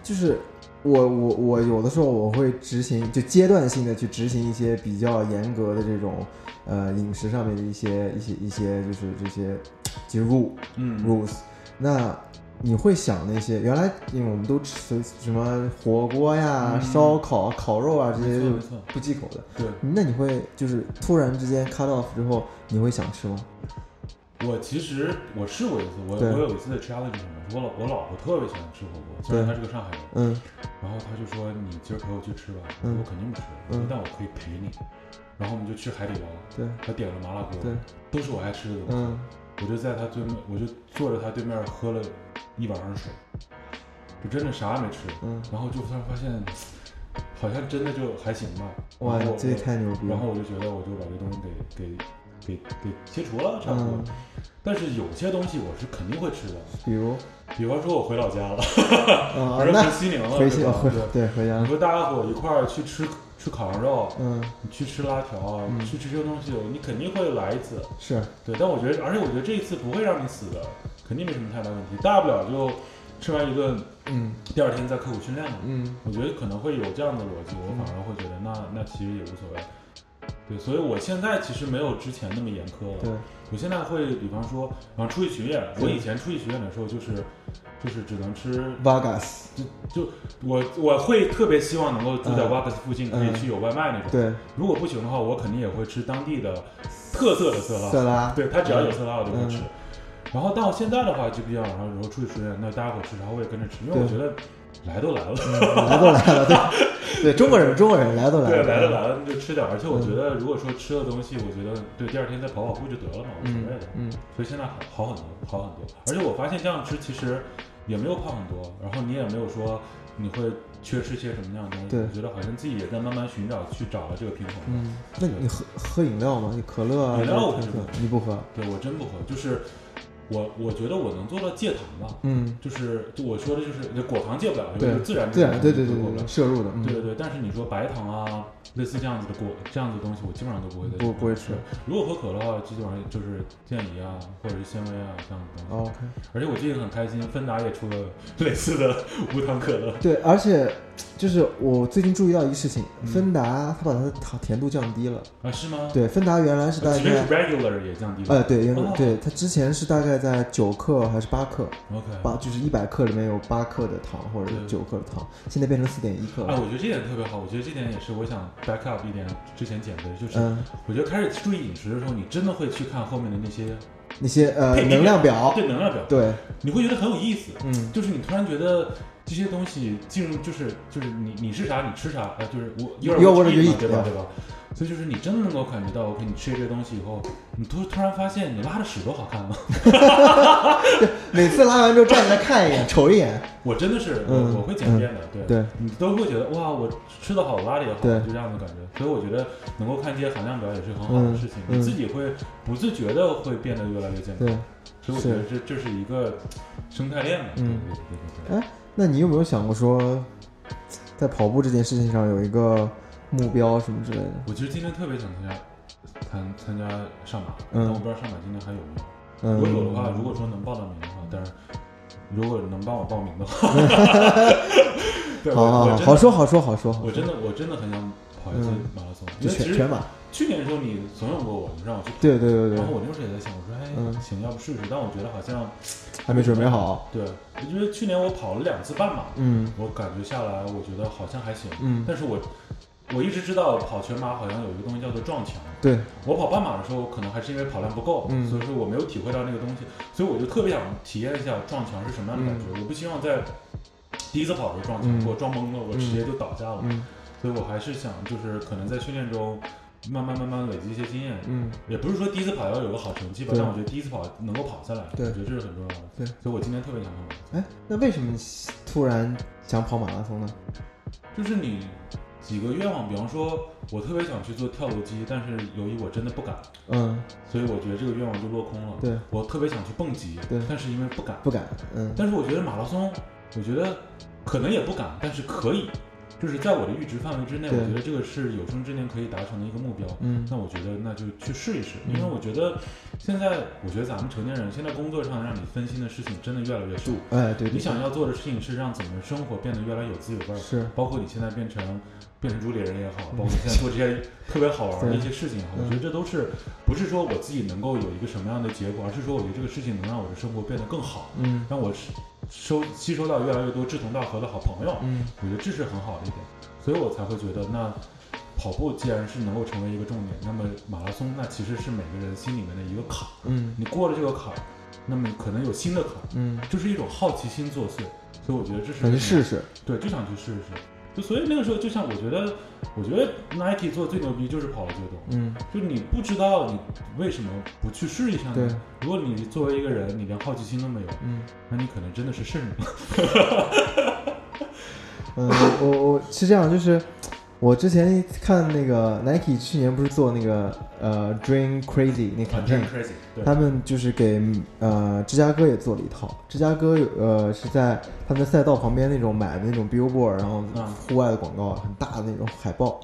S1: 就是我我我有的时候我会执行，就阶段性的去执行一些比较严格的这种呃饮食上面的一些一些一些就是这些就 rule
S2: 嗯
S1: rules。那你会想那些原来因为我们都吃什么火锅呀、
S2: 嗯
S1: 烧烤、烤肉啊这
S2: 没
S1: 些
S2: 错
S1: 就
S2: 没错，
S1: 不忌口的，
S2: 对
S1: 那你会就是突然之间 cut off 之后，你会想吃吗？
S2: 我其实我试过一次，我
S1: 对
S2: 我有一次的 challenge 是什么？我老我老婆特别喜欢吃火锅，虽然她是个上海人，
S1: 嗯
S2: 然后她就说你今儿陪我去吃吧，
S1: 嗯
S2: 我肯定不吃，
S1: 嗯
S2: 但我可以陪你。然后我们就去海底捞，
S1: 对
S2: 她点了麻辣锅，
S1: 对，
S2: 都是我爱吃的东西。
S1: 嗯，
S2: 我就在她对面，我就坐着她对面喝了一晚上水，就真的啥也没吃。
S1: 嗯，
S2: 然后就突然发现，好像真的就还行吧。
S1: 哇
S2: 然后，我
S1: 这也太牛逼了！
S2: 然后我就觉得我就把这东西给给给给切除了，差不多。
S1: 嗯，
S2: 但是有些东西我是肯定会吃的，
S1: 比如
S2: 比方说我回老家了，
S1: 啊
S2: 我，是
S1: 那
S2: 回西宁了，
S1: 回
S2: 对
S1: 去
S2: 吧
S1: 回
S2: 对
S1: 对回家
S2: 你，说大家伙一块儿去吃吃烤羊肉，
S1: 嗯，
S2: 你去吃拉条，
S1: 嗯
S2: 你去吃这些东西，你肯定会来一次。
S1: 是，
S2: 对，但我觉得，而且我觉得这一次不会让你死的，肯定没什么太大问题，大不了就吃完一顿，
S1: 嗯
S2: 第二天再刻苦训练嘛。
S1: 嗯
S2: 我觉得可能会有这样的逻辑，我反而会觉得那那其实也无所谓。对，所以我现在其实没有之前那么严苛了。
S1: 对，
S2: 我现在会，比方说，然后出去巡演，
S1: 对
S2: 我以前出去巡演的时候，就是，就是只能吃，
S1: ，Vegas，
S2: 我我会特别希望能够住在
S1: 嗯
S2: Wakas 附近，可以去有外卖那种。
S1: 对，
S2: 如果不行的话，我肯定也会吃当地的特色的色拉。
S1: 色拉，
S2: 对，它只要有色拉，我就会
S1: 嗯
S2: 吃。然后到现在的话，就比较，然后如果出去巡演，那大家伙吃啥我也跟着吃，因为我觉
S1: 对
S2: 得来都来了。
S1: 嗯来都来了，对，对，中国人中国人来都来
S2: 对，
S1: 了，
S2: 来了来了，那就吃点儿。而且
S1: 嗯
S2: 我觉得，如果说吃的东西，我觉得对第二天再跑跑步就得了嘛，无所
S1: 嗯
S2: 谓的。
S1: 嗯，
S2: 所以现在好好很多，好很多。而且我发现这样吃其实也没有胖很多，然后你也没有说你会缺吃些什么样的东西。
S1: 对
S2: 我觉得好像自己也在慢慢寻找，去找了这个平衡。
S1: 嗯，那你喝喝饮料吗？你可乐啊？
S2: 饮料我
S1: 这些
S2: 是不
S1: 你不喝？
S2: 对我真不会，就是我我觉得我能做到戒糖吧，
S1: 嗯，
S2: 就是就我说的就是就果糖戒不了，因为
S1: 对
S2: 就是自然
S1: 自然，对对
S2: 这
S1: 对
S2: 种
S1: 对对，
S2: 东西我做
S1: 摄入的，
S2: 不了。对对
S1: 嗯，
S2: 对，但是你说白糖啊，类似这样子的果这样子的东西，我基本上都不会再
S1: 不不会吃
S2: 如果喝可乐的话，基本上就是健怡啊，或者是纤维啊这样的东西。
S1: ，OK，
S2: 而且我最近很开心，芬达也出了类似的无糖可乐。
S1: 对，而且就是我最近注意到一个事情，
S2: 嗯
S1: 芬达它把它的糖甜度降低了。
S2: 啊，是吗？
S1: 对，芬达原来是大
S2: 即便
S1: 概
S2: 啊是 regular 也降低了。
S1: 呃对，原
S2: 哦
S1: 对它之前是大概在九克还是八克，
S2: OK，
S1: 八就是一百克里面有八克的糖或者
S2: 对
S1: 九克的糖，现在变成四点一克
S2: 哎，
S1: 了。
S2: 我觉得这点特别好，我觉得这点也是我想 back up 一点之前减肥，就是
S1: 嗯，
S2: 我觉得开始注意饮食的时候，你真的会去看后面的那些
S1: 那些呃
S2: 配比啊
S1: 能量表，
S2: 对能量表，
S1: 对，
S2: 你会觉得很有意思。
S1: 嗯
S2: 就是你突然觉得这些东西进入，就是就是你你是啥，你吃啥，呃，就是我
S1: You're
S2: what
S1: what you
S2: eat，嘛
S1: eat，
S2: 对吧？
S1: yeah
S2: 对吧？所以就是你真的能够感觉到，OK，你吃这些东西以后，你突突然发现你拉的屎都好看了。
S1: 每次拉完之后站起来看一眼，瞅一眼，
S2: 我真的是，
S1: 嗯
S2: 我我会简便的，对。
S1: 对，
S2: 你都会觉得哇，我吃的好，拉的也好，
S1: 对
S2: 就这样的感觉。所以我觉得能够看这些含量表也是很好的
S1: 嗯
S2: 事情，
S1: 嗯
S2: 你自己会不自觉的会变得越来越健康。
S1: 对。
S2: 所以我觉得这这是一个生态链嘛。
S1: 嗯
S2: 对对对对对。
S1: 哎，那你有没有想过说，在跑步这件事情上有一个目标什么之类的？
S2: 我其实今天特别想参加参参加上马，
S1: 嗯
S2: 但我不知道上马今年还有没有。
S1: 嗯，
S2: 如果有的话，如果说能报到名的话，当然，如果能帮我报名的话， 对，
S1: 好好
S2: 我
S1: 好
S2: 我真
S1: 好
S2: 的
S1: 说好说好说，好
S2: 我
S1: 说
S2: 真的我真的很想跑一次
S1: 嗯
S2: 马拉松，因
S1: 就
S2: 为其
S1: 全
S2: 实
S1: 全马，
S2: 去年的时候你怂恿过我，你让我去跑，
S1: 对对对对
S2: 然后，我那时候也在想，我说哎，
S1: 嗯
S2: 行，要不试试？但我觉得好像
S1: 还没准备好，
S2: 对，因为去年我跑了两次半马，
S1: 嗯
S2: 我感觉下来，我觉得好像还行，
S1: 嗯，
S2: 但是我我一直知道跑全马好像有一个东西叫做撞墙。
S1: 对，
S2: 我跑半马的时候，可能还是因为跑量不够，
S1: 嗯
S2: 所以说我没有体会到那个东西，所以我就特别想体验一下撞墙是什么样的感觉。我不希望在第一次跑的时候撞墙，
S1: 嗯
S2: 给我撞懵了，我直接就倒下了。
S1: 嗯
S2: 所以我还是想，就是可能在训练中慢慢慢慢累积一些经验，
S1: 嗯
S2: 也不是说第一次跑要有个好成绩吧，
S1: 对
S2: 但我觉得第一次跑能够跑下来，
S1: 对
S2: 我觉得这是很重要的。
S1: 对
S2: 所以我今天特别想跑马拉松，
S1: 哎，那为什么突然想跑马拉松呢？
S2: 就是你几个愿望，比方说我特别想去做跳楼机，但是由于我真的不敢，
S1: 嗯，
S2: 所以我觉得这个愿望就落空了。
S1: 对，
S2: 我特别想去蹦极，
S1: 对
S2: 但是因为不敢。
S1: 不敢，嗯
S2: 但是我觉得马拉松，我觉得可能也不敢，但是可以，就是在我的阈值范围之内，我
S1: 对
S2: 觉得这个是有生之年可以达成的一个目标。
S1: 嗯
S2: 那我觉得那就去试一试，
S1: 嗯
S2: 因为我觉得现在，我觉得咱们成年人现在工作上让你分心的事情真的越来越多。
S1: 哎，对，
S2: 你
S1: 对
S2: 想要做的事情是让整个生活变得越来有滋有味儿，
S1: 是，
S2: 包括你现在变成变成主理人也好，包括你现在做这些特别好玩的
S1: 对
S2: 一些事情也好，
S1: 嗯
S2: 我觉得这都是不是说我自己能够有一个什么样的结果，而是说我觉得这个事情能让我的生活变得更好，
S1: 嗯
S2: 让我是收吸收到越来越多志同道合的好朋友，
S1: 嗯
S2: 我觉得这是很好的一点，所以我才会觉得那。跑步既然是能够成为一个重点，那么马拉松那其实是每个人心里面的一个坎儿。
S1: 嗯
S2: 你过了这个坎儿，那么可能有新的坎儿，
S1: 嗯，
S2: 就是一种好奇心作祟。所以我觉得这是
S1: 想去
S2: 为什
S1: 试
S2: 么
S1: 试，
S2: 对，就想去试试。就所以那个时候，就像我觉得，我觉得 Nike 做最牛逼就是跑得最多。
S1: 嗯
S2: 就你不知道你为什么不去试一下
S1: 对
S2: 呢？如果你作为一个人，你连好奇心都没有，
S1: 嗯。
S2: 那你可能真的是圣人。
S1: 嗯，我我是这样，就是我之前看那个 Nike 去年不是做那个呃 Dream Crazy 那 campaign，、
S2: crazy。对，
S1: 他们就是给呃芝加哥也做了一套。芝加哥有呃是在他们的赛道旁边那种买的那种 billboard，然后
S2: 嗯
S1: 户外的广告很大的那种海报，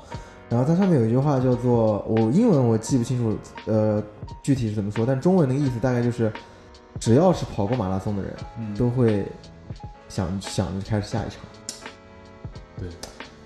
S1: 然后它上面有一句话叫做我英文我记不清楚呃具体是怎么说，但中文那个意思大概就是只要是跑过马拉松的人
S2: 嗯，
S1: 都会想想着开始下一场。
S2: 对。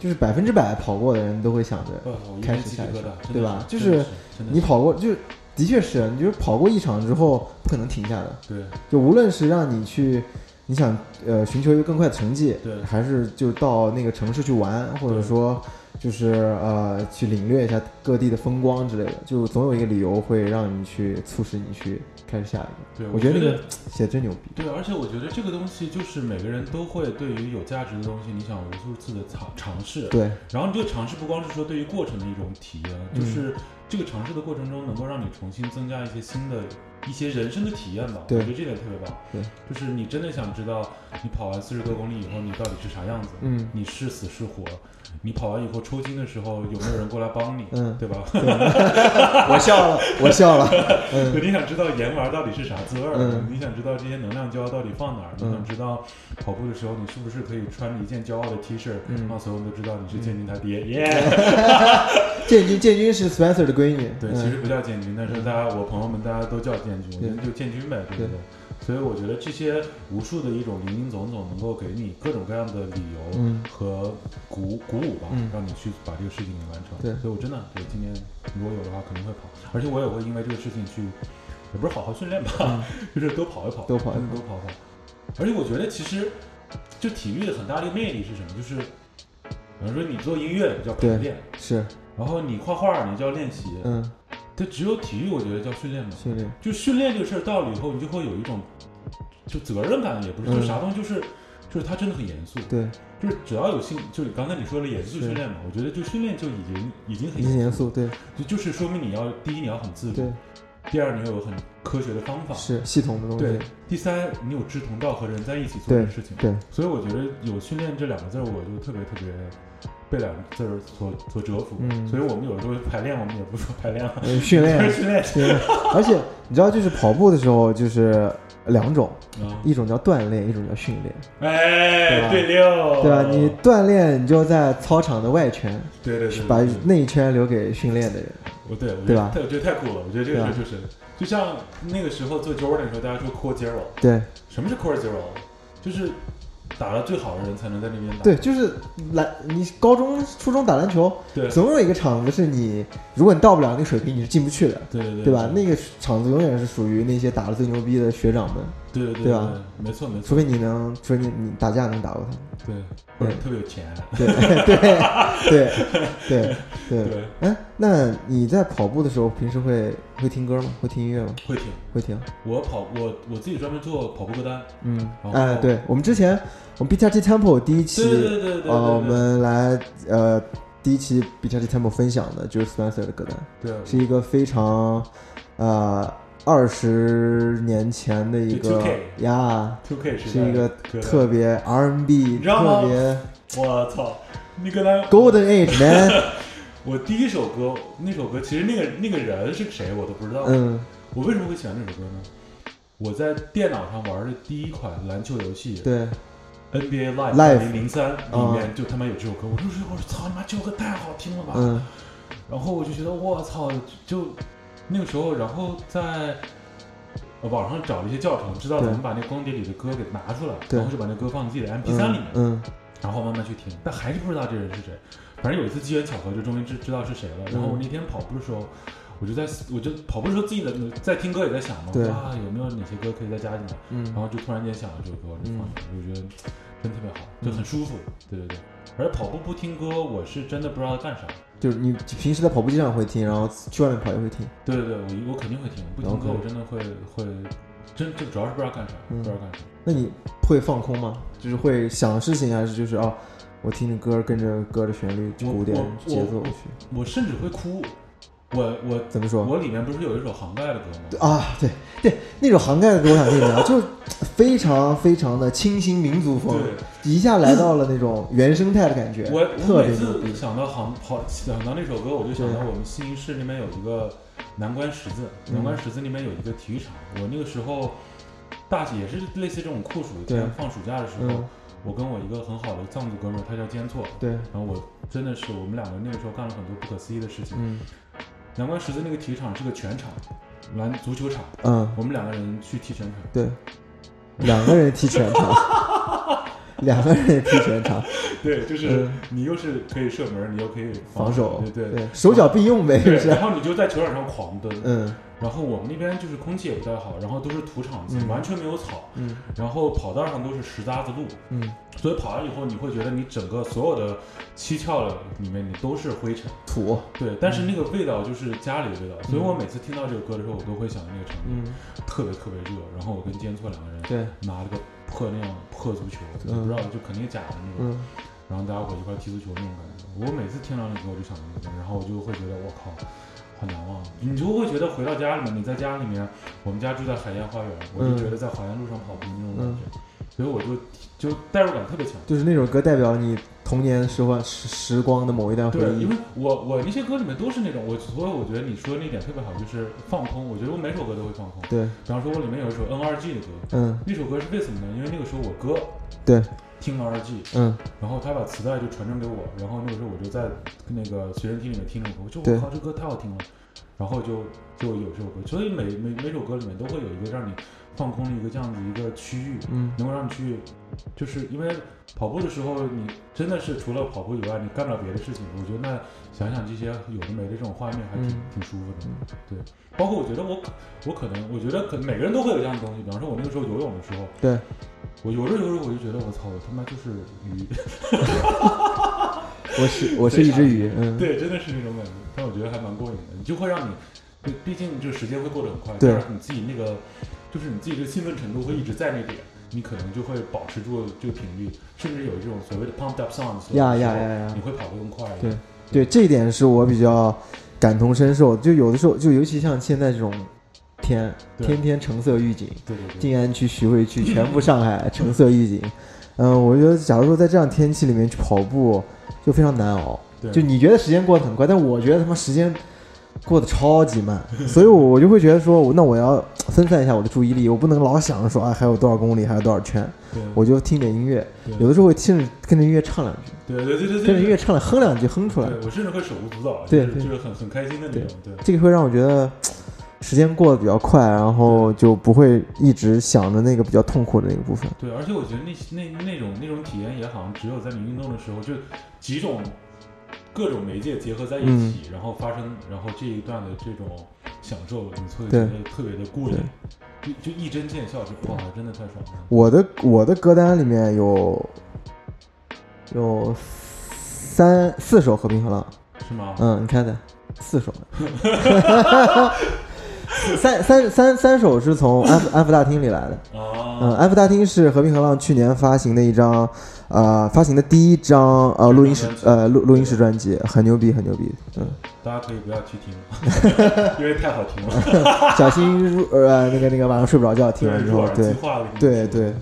S1: 就是百分之百跑过的人都会想着，
S2: 哇，呃我一
S1: 开
S2: 身
S1: 始
S2: 鸡皮
S1: 下一
S2: 疙
S1: 场
S2: 瘩，真的
S1: 对吧
S2: 真
S1: 就是
S2: 的真的
S1: 你
S2: 是
S1: 跑过就是的确是，啊你就是跑过一场之后不可能停下的，
S2: 对
S1: 就无论是让你去，你想呃寻求一个更快的成绩，
S2: 对
S1: 还是就到那个城市去玩，或者
S2: 对
S1: 说就是呃去领略一下各地的风光之类的，就总有一个理由会让你去促使你去开始下一个。
S2: 对，
S1: 我
S2: 觉
S1: 觉得那个写的真牛逼，
S2: 对，而且我觉得这个东西就是每个人都会对于有价值的东西，你想无数次的尝尝试，
S1: 对，
S2: 然后你这个尝试不光是说对于过程的一种体验，
S1: 嗯
S2: 就是这个尝试的过程中能够让你重新增加一些新的一些人生的体验吧。
S1: 对
S2: 我觉得这点特别棒。
S1: 对，
S2: 就是你真的想知道你跑完四十多公里以后你到底是啥样子，
S1: 嗯
S2: 你是死是活，你跑完以后抽筋的时候有没有人过来帮你，
S1: 嗯，
S2: 对吧？
S1: 对我笑了，我笑 了，嗯
S2: 对，你想知道盐丸到底是啥滋味儿？
S1: 嗯
S2: 你想知道这些能量胶到底放哪儿？你
S1: 嗯
S2: 想知道跑步的时候你是不是可以穿着一件骄傲的 T 恤，
S1: 嗯
S2: 让所有人都知道你是建军他爹？耶、
S1: 建军建军是 Spencer 的闺女，
S2: 对，
S1: 嗯
S2: 其实不叫建军，但是大家我朋友们大家都叫建军，我觉得就建军呗，对不对？所以我觉得这些无数的一种林林总总，能够给你各种各样的理由
S1: 嗯
S2: 和鼓鼓舞吧
S1: 嗯，
S2: 让你去把这个事情给完成。
S1: 对
S2: 所以我真的对今年如果有的话肯定会跑，而且我也会因为这个事情去，也不是好好训练吧，就是多跑一跑，
S1: 多跑一
S2: 真的
S1: 跑
S2: 多跑跑。而且我觉得其实就体育很大的一个魅力是什么？就是比方说你做音乐叫
S1: 对
S2: 排练，
S1: 是，
S2: 然后你画画你叫练习，
S1: 嗯，
S2: 但只有体育我觉得叫训练嘛。
S1: 训练，
S2: 就训练这个事儿到了以后，你就会有一种就责任感，也不是，
S1: 嗯
S2: 就啥东西就是。就是它真的很严肃，
S1: 对，
S2: 就是只要有兴，就是刚才你说了严肃
S1: 是
S2: 训练嘛，我觉得就训练就已经已经很
S1: 已经严肃，
S2: 肃
S1: 对
S2: 了，就就是说明你要第一你要很自律，
S1: 对，
S2: 第二你要有很科学的方法，
S1: 是系统的东
S2: 对
S1: 西，，
S2: 第三你有志同道合人在一起做
S1: 对
S2: 这事情，
S1: 对，
S2: 所以我觉得有训练这两个字儿，我就特别特别被两个字儿所所折服，
S1: 嗯
S2: 所以我们有时候排练，我们也不说排 练了，
S1: 呃训
S2: 就是
S1: 练，
S2: 训练
S1: 训练，而且你知道，就是跑步的时候，就是两种，
S2: 啊，
S1: 一种叫锻炼，一种叫训练，
S2: 哎，
S1: 嗯对
S2: 对溜，
S1: 对吧？啊你锻炼，你就在操场的外圈，
S2: 对对对，
S1: 把
S2: 对
S1: 那一圈留给训练的人，
S2: 我对我觉
S1: 对
S2: 得
S1: 吧
S2: 太我觉得太酷了，我觉得这
S1: 对啊
S2: 个
S1: 吧
S2: 事儿就是，就像那个时候做 Jordan 的时候，大家说 Core Zero，
S1: 对
S2: 什么是 Core Zero？就是打了最好的人才能在那边打，
S1: 对，就是篮，你高中、初中打篮球，
S2: 对
S1: 总有一个场子是你，如果你到不了那个水平，你是进不去的，
S2: 对对对
S1: 对吧？那个场子永远是属于那些打得最牛逼的学长们，
S2: 对对
S1: 对
S2: 对对
S1: 吧，
S2: 没错没错，
S1: 除非你能，除非你你打架能打过他们。
S2: 对，或者
S1: 对
S2: 特别有钱，啊
S1: 对 对对对对。
S2: 对，
S1: 哎，那你在跑步的时候，平时会会听歌吗？会听音乐吗？
S2: 会挺。
S1: 会听。
S2: 我跑我我自己专门做跑步歌单，
S1: 嗯，
S2: 然后
S1: 哎，对我们之前我们 BTRT Temple 第一期，
S2: 对对对对对对，
S1: 呃，我们来呃第一期 BTRT Temple 分享的就是 Spencer 的歌单，
S2: 对
S1: 是一个非常呃二十年前的一
S2: 就
S1: 个
S2: 2K
S1: 呀，
S2: Two K
S1: 是一个
S2: 歌单，
S1: 特别 R&B，
S2: 知道吗
S1: 特别
S2: 我操，那歌单
S1: Golden Age man，
S2: 我第一首歌，那首歌其实那个那个人是谁我都不知道。
S1: 嗯
S2: 我为什么会喜欢这首歌呢？我在电脑上玩的第一款篮球游戏
S1: 对，
S2: NBA Live
S1: Live 啊
S2: 零零三里面就他妈有这首歌，我就说我说操你妈这首歌太好听了吧！
S1: 嗯
S2: 然后我就觉得我操，就那个时候，然后在网上找了一些教程，知道
S1: 对
S2: 怎么把那光碟里的歌给拿出来，
S1: 对
S2: 然后就把那歌放自己的 MP 三里
S1: 嗯
S2: 面，
S1: 嗯
S2: 然后慢慢去听，但还是不知道这人是谁。反正有一次机缘巧合，就终于知知道是谁
S1: 嗯
S2: 了。然后我那天跑步的时候，我就在我就跑步的时候自己在在听歌也在想嘛，
S1: 对
S2: 啊有没有哪些歌可以再加进来？
S1: 嗯
S2: 然后就突然间想到这个歌，我就放进去，我觉得真特别好，
S1: 嗯
S2: 就很舒服。对对对，而且跑步不听歌，我是真的不知道干啥。
S1: 就是你平时在跑步机上会听，然后去外面跑也会听。
S2: 对对对，我我肯定会听，不听歌
S1: OK
S2: 我真的会会真就主要是不知道干啥，
S1: 嗯
S2: 不知道干啥。
S1: 那你会放空吗？就是会想事情，还是就是哦，我听着歌，跟着歌的旋律、
S2: 我
S1: 鼓点
S2: 我、我
S1: 节奏去？
S2: 我甚至会哭，我我
S1: 怎么说？
S2: 我里面不是有一首杭盖的歌吗？
S1: 啊，对对，那种涵盖的歌我想跟你聊，就是非常非常的清新民族风，
S2: 对。
S1: 一下来到了那种原生态的感觉，
S2: 我我
S1: 特
S2: 每
S1: 别牛
S2: 次
S1: 逼。
S2: 想到杭跑想到那首歌，我就想到我们新一市那边有一个南关十字，
S1: 嗯
S2: 南关十字那边有一个体育场。我那个时候大也是类似这种酷暑
S1: 对
S2: 天放暑假的时候
S1: 嗯，
S2: 我跟我一个很好的藏族哥们儿，他叫坚错，
S1: 对，
S2: 然后我真的是我们两个那个时候干了很多不可思议的事情。
S1: 嗯
S2: 南关十字那个体育场是个全场篮足球场，
S1: 嗯，
S2: 我们两个人去踢全场。
S1: 对，两个人踢全场， 两个人踢全场，
S2: 对，就是
S1: 嗯
S2: 你又是可以射门，你又可以
S1: 防守，
S2: 对对
S1: 对，手脚并用呗，就
S2: 对，
S1: 是。啊
S2: 然后你就在球场上 狂奔。
S1: 嗯
S2: 然后我们那边就是空气也不太好，然后都是土场子，
S1: 嗯
S2: 完全没有草，
S1: 嗯
S2: 然后跑道上都是石渣子路，
S1: 嗯，
S2: 所以跑完以后你会觉得你整个所有的七窍里面你都是灰尘，
S1: 土，
S2: 对，但是那个味道就是家里的味道，所以我每次听到这个歌的时候，我都会想到那个场景，
S1: 嗯，
S2: 特别特别热，然后我跟坚错两个人
S1: 对，
S2: 拿了个破那样破足球，
S1: 嗯
S2: 我不知道就肯定假的那种，
S1: 嗯
S2: 然后大家伙一块踢足球那种感觉。我每次听到那歌，我就想到那个，然后我就会觉得我靠，好难忘。你就会觉得回到家里面，你在家里面，我们家住在海淀花园，我就觉得在华园路上跑步那种感觉，所以我就就代入感特别强。
S1: 就是那首歌代表你童年时光时时光的某一段回
S2: 对，因
S1: 忆。
S2: 为我我那些歌里面都是那种我，所以我觉得你说的那点特别好，就是放空。我觉得我每首歌都会放空。
S1: 对，
S2: 比方说，我里面有一首 N 二 G 的歌，
S1: 嗯，
S2: 那首歌是为什么呢？因为那个时候我哥
S1: 对，
S2: 听 N 二 G，
S1: 嗯，
S2: 然后他把磁带就传真给我，然后那个时候我就在那个随身听里面听这首歌，我就
S1: 对
S2: 我靠，这歌太好听了，然后就就有这首歌，所以每每每首歌里面都会有一个让你放空了一个这样子一个区域，
S1: 嗯
S2: 能够让你去，就是因为跑步的时候，你真的是除了跑步以外，你干不了别的事情。我觉得那想想这些有的没的这种画面，还挺、
S1: 嗯
S2: 挺舒服的
S1: 嗯。
S2: 对，包括我觉得我可我可能，我觉得可能每个人都会有这样的东西。比方说，我那个时候游泳的时候，
S1: 对，
S2: 我游着游着我就觉得我操，我他妈就是鱼，
S1: 我是我是一只鱼，嗯，
S2: 对，真的是那种感觉。但我觉得还蛮过瘾的，你就会让你，对毕竟这个时间会过得很快，
S1: 对
S2: 但是你自己那个，就是你自己这个兴奋程度会一直在那点，你可能就会保持住这个频率，甚至有这种所谓的 pumped up songs，
S1: 呀呀呀呀
S2: 你会跑得更快了。
S1: 对对，这一点是我比较感同身受。就有的时候，就尤其像现在这种天，
S2: 对
S1: 天天橙色预警，
S2: 对对对，
S1: 静安区、徐汇区全部上 海橙色预警。嗯，我觉得假如说在这样天气里面去跑步，就非常难熬。
S2: 对
S1: 就你觉得时间过得很快，但我觉得他妈时间过得超级慢， 所以我我就会觉得说，我那我要分散一下我的注意力，我不能老想着说啊还有多少公里，还有多少圈，
S2: 对
S1: 我就听点音乐，
S2: 对
S1: 有的时候会听着跟着音乐唱两句，
S2: 对对对对
S1: 跟着音
S2: 对
S1: 乐唱两哼两句，哼出来，
S2: 对，我甚至会手舞足蹈，
S1: 对
S2: 就是
S1: 对
S2: 就是很很开心的那种，对
S1: 这个会让我觉得时间过得比较快，然后就不会一直想着那个比较痛苦的那个部分。
S2: 对，而且我觉得那那那种那种体验也好像只有在你运动的时候，就几种各种媒介结合在一
S1: 嗯
S2: 起，然后发生，然后这一段的这种享受，你会觉
S1: 对
S2: 得特别的过瘾，就就一针见效，是哇，真的太爽了。
S1: 我的我的歌单里面有有三四首《和平和浪》，
S2: 是吗？
S1: 嗯，你猜猜，四首， 三三三三首是从安抚安抚大厅里来的。
S2: 啊，
S1: 嗯，安抚大厅是和平和浪去年发行的一张，呃，发行的第一张呃录音室呃录录音室专辑，很牛逼，很牛逼。 嗯，
S2: 大家可以不要去 听，因为太好听了，
S1: 小心入呃那个那个晚上睡不着觉，听完之
S2: 入
S1: 后，
S2: 耳即
S1: 对
S2: 化了。
S1: 对，对，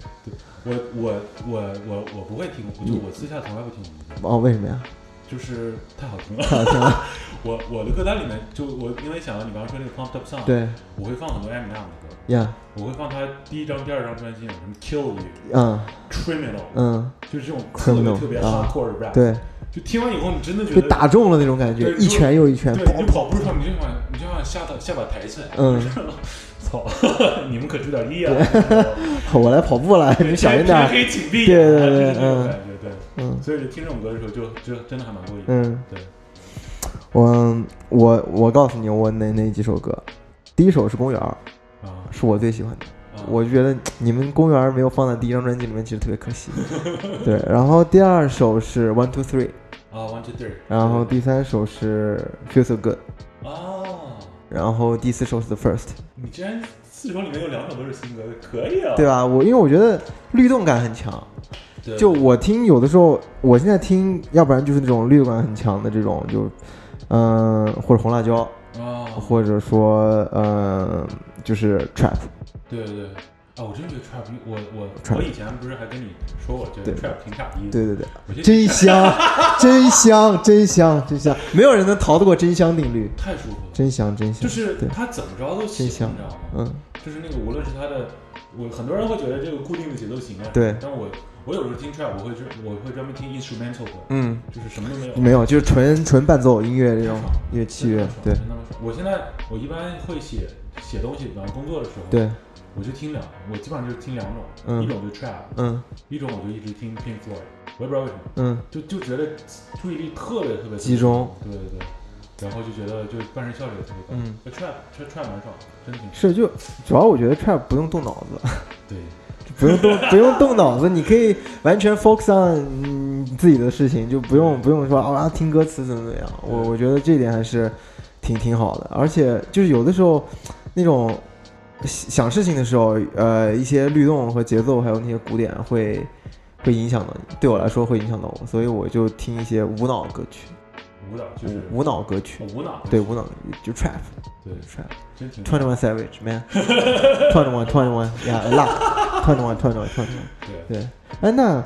S2: 我我我我我不会听，就
S1: 嗯
S2: 我私下从来不听，
S1: 哦，为什么呀？
S2: 就是太好听了。
S1: 好听啊，
S2: 我我的歌单里面，就我因为想到你刚刚说那个 pumped up song，
S1: 对
S2: 我会放很多艾米纳姆的歌，
S1: 呀，
S2: 我会放他第一张、第二张专辑，什么 Kill You、
S1: 嗯
S2: Criminal，、
S1: 嗯，
S2: 就是这种特别
S1: Criminal，
S2: 特别
S1: 啊
S2: hardcore 的 rap，、
S1: 对，
S2: 就听完以后你真的觉
S1: 被
S2: 得，
S1: 打中了那种感觉
S2: 对，
S1: 一拳又一拳，
S2: 对，你
S1: 砰
S2: 就跑步的时候你就想你就想下到下巴抬起来，
S1: 嗯，
S2: 操， 你们可注点力啊，
S1: 我来跑步了，你们小心点儿，
S2: 天黑请闭眼，啊
S1: 对对对
S2: 就是这种
S1: 嗯
S2: 感觉，对，
S1: 嗯
S2: 所以就听这种歌的时候就就真的还蛮过瘾，
S1: 嗯，
S2: 对，
S1: 我我我告诉你，我哪哪几首歌，第一首是《公园儿
S2: 啊，》，
S1: 是我最喜欢的。
S2: 啊
S1: 嗯我觉得你们公园没有放在第一张专辑里面，其实特别可惜。对，然后第二首是 One Two Three，
S2: 啊 One Two Three，
S1: 然后第三首是 Feel So Good，
S2: 啊。
S1: 然后第四首是 The First，
S2: 你居然四首里面有两首都是新歌，可以啊！
S1: 对吧？我因为我觉得律动感很强，
S2: 对
S1: 就我听有的时候，我现在听，要不然就是那种律动感很强的这种，就嗯、或者红辣椒，
S2: 啊，
S1: 或者说嗯、就是 Trap，
S2: 对对对，啊，我真觉得 trap，一我我
S1: Trap
S2: 我以前不是还跟你说我觉得
S1: 对
S2: trap 挺傻逼的，
S1: 对对对，
S2: 我觉得
S1: 真 香，真香，真香，真香，没有人能逃得过真香定律。
S2: 太舒服了，
S1: 真香，真香，
S2: 就是
S1: 对
S2: 他怎么着都行，
S1: 真
S2: 你知
S1: 香
S2: 道吗？
S1: 嗯，
S2: 就是那个无论是他的，我很多人会觉得这个固定的节奏型啊，
S1: 对
S2: 但我我有时候听 trap，我会专我会专门听 instrumental 的，
S1: 嗯，
S2: 就是什么都没有。
S1: 没有，就是纯纯伴奏音乐这种
S2: 太爽了
S1: 乐器乐，
S2: 真
S1: 对
S2: 的太爽了真他妈爽我现在我一般会写写东西，比方工作的时候，
S1: 对，
S2: 我就听两，我基本上就是听两种，
S1: 嗯
S2: 一种就 trap，
S1: 嗯
S2: 一种我就一直听 Pink Floyd，我也不知道为什么，
S1: 嗯，
S2: 就就觉得注意力特别特别特别
S1: 集中，
S2: 对对对，然后就觉得就是办事效率也特别高。
S1: 嗯
S2: 那 trap trap trap 蛮爽的，真的挺爽
S1: 是就主要我觉得 trap 不用动脑子，
S2: 的。对，
S1: 不用动不用动脑子，你可以完全 focus on 嗯自己的事情，就不用不用说啊听歌词怎么怎么样，我我觉得这点还是挺挺好的，而且就是有的时候那种。想事情的时候，呃，一些律动和节奏，还有那些鼓点会会影响到你。对我来说会影响到我，所以我就听一些无脑歌曲。
S2: 舞蹈就是
S1: 无无脑歌曲，
S2: 哦无脑
S1: 对无脑歌曲就 trap
S2: 对，
S1: trap
S2: 真挺
S1: twenty one savage man twenty one twenty one yeah luck twenty one twenty one twenty one
S2: 对。
S1: 对，哎那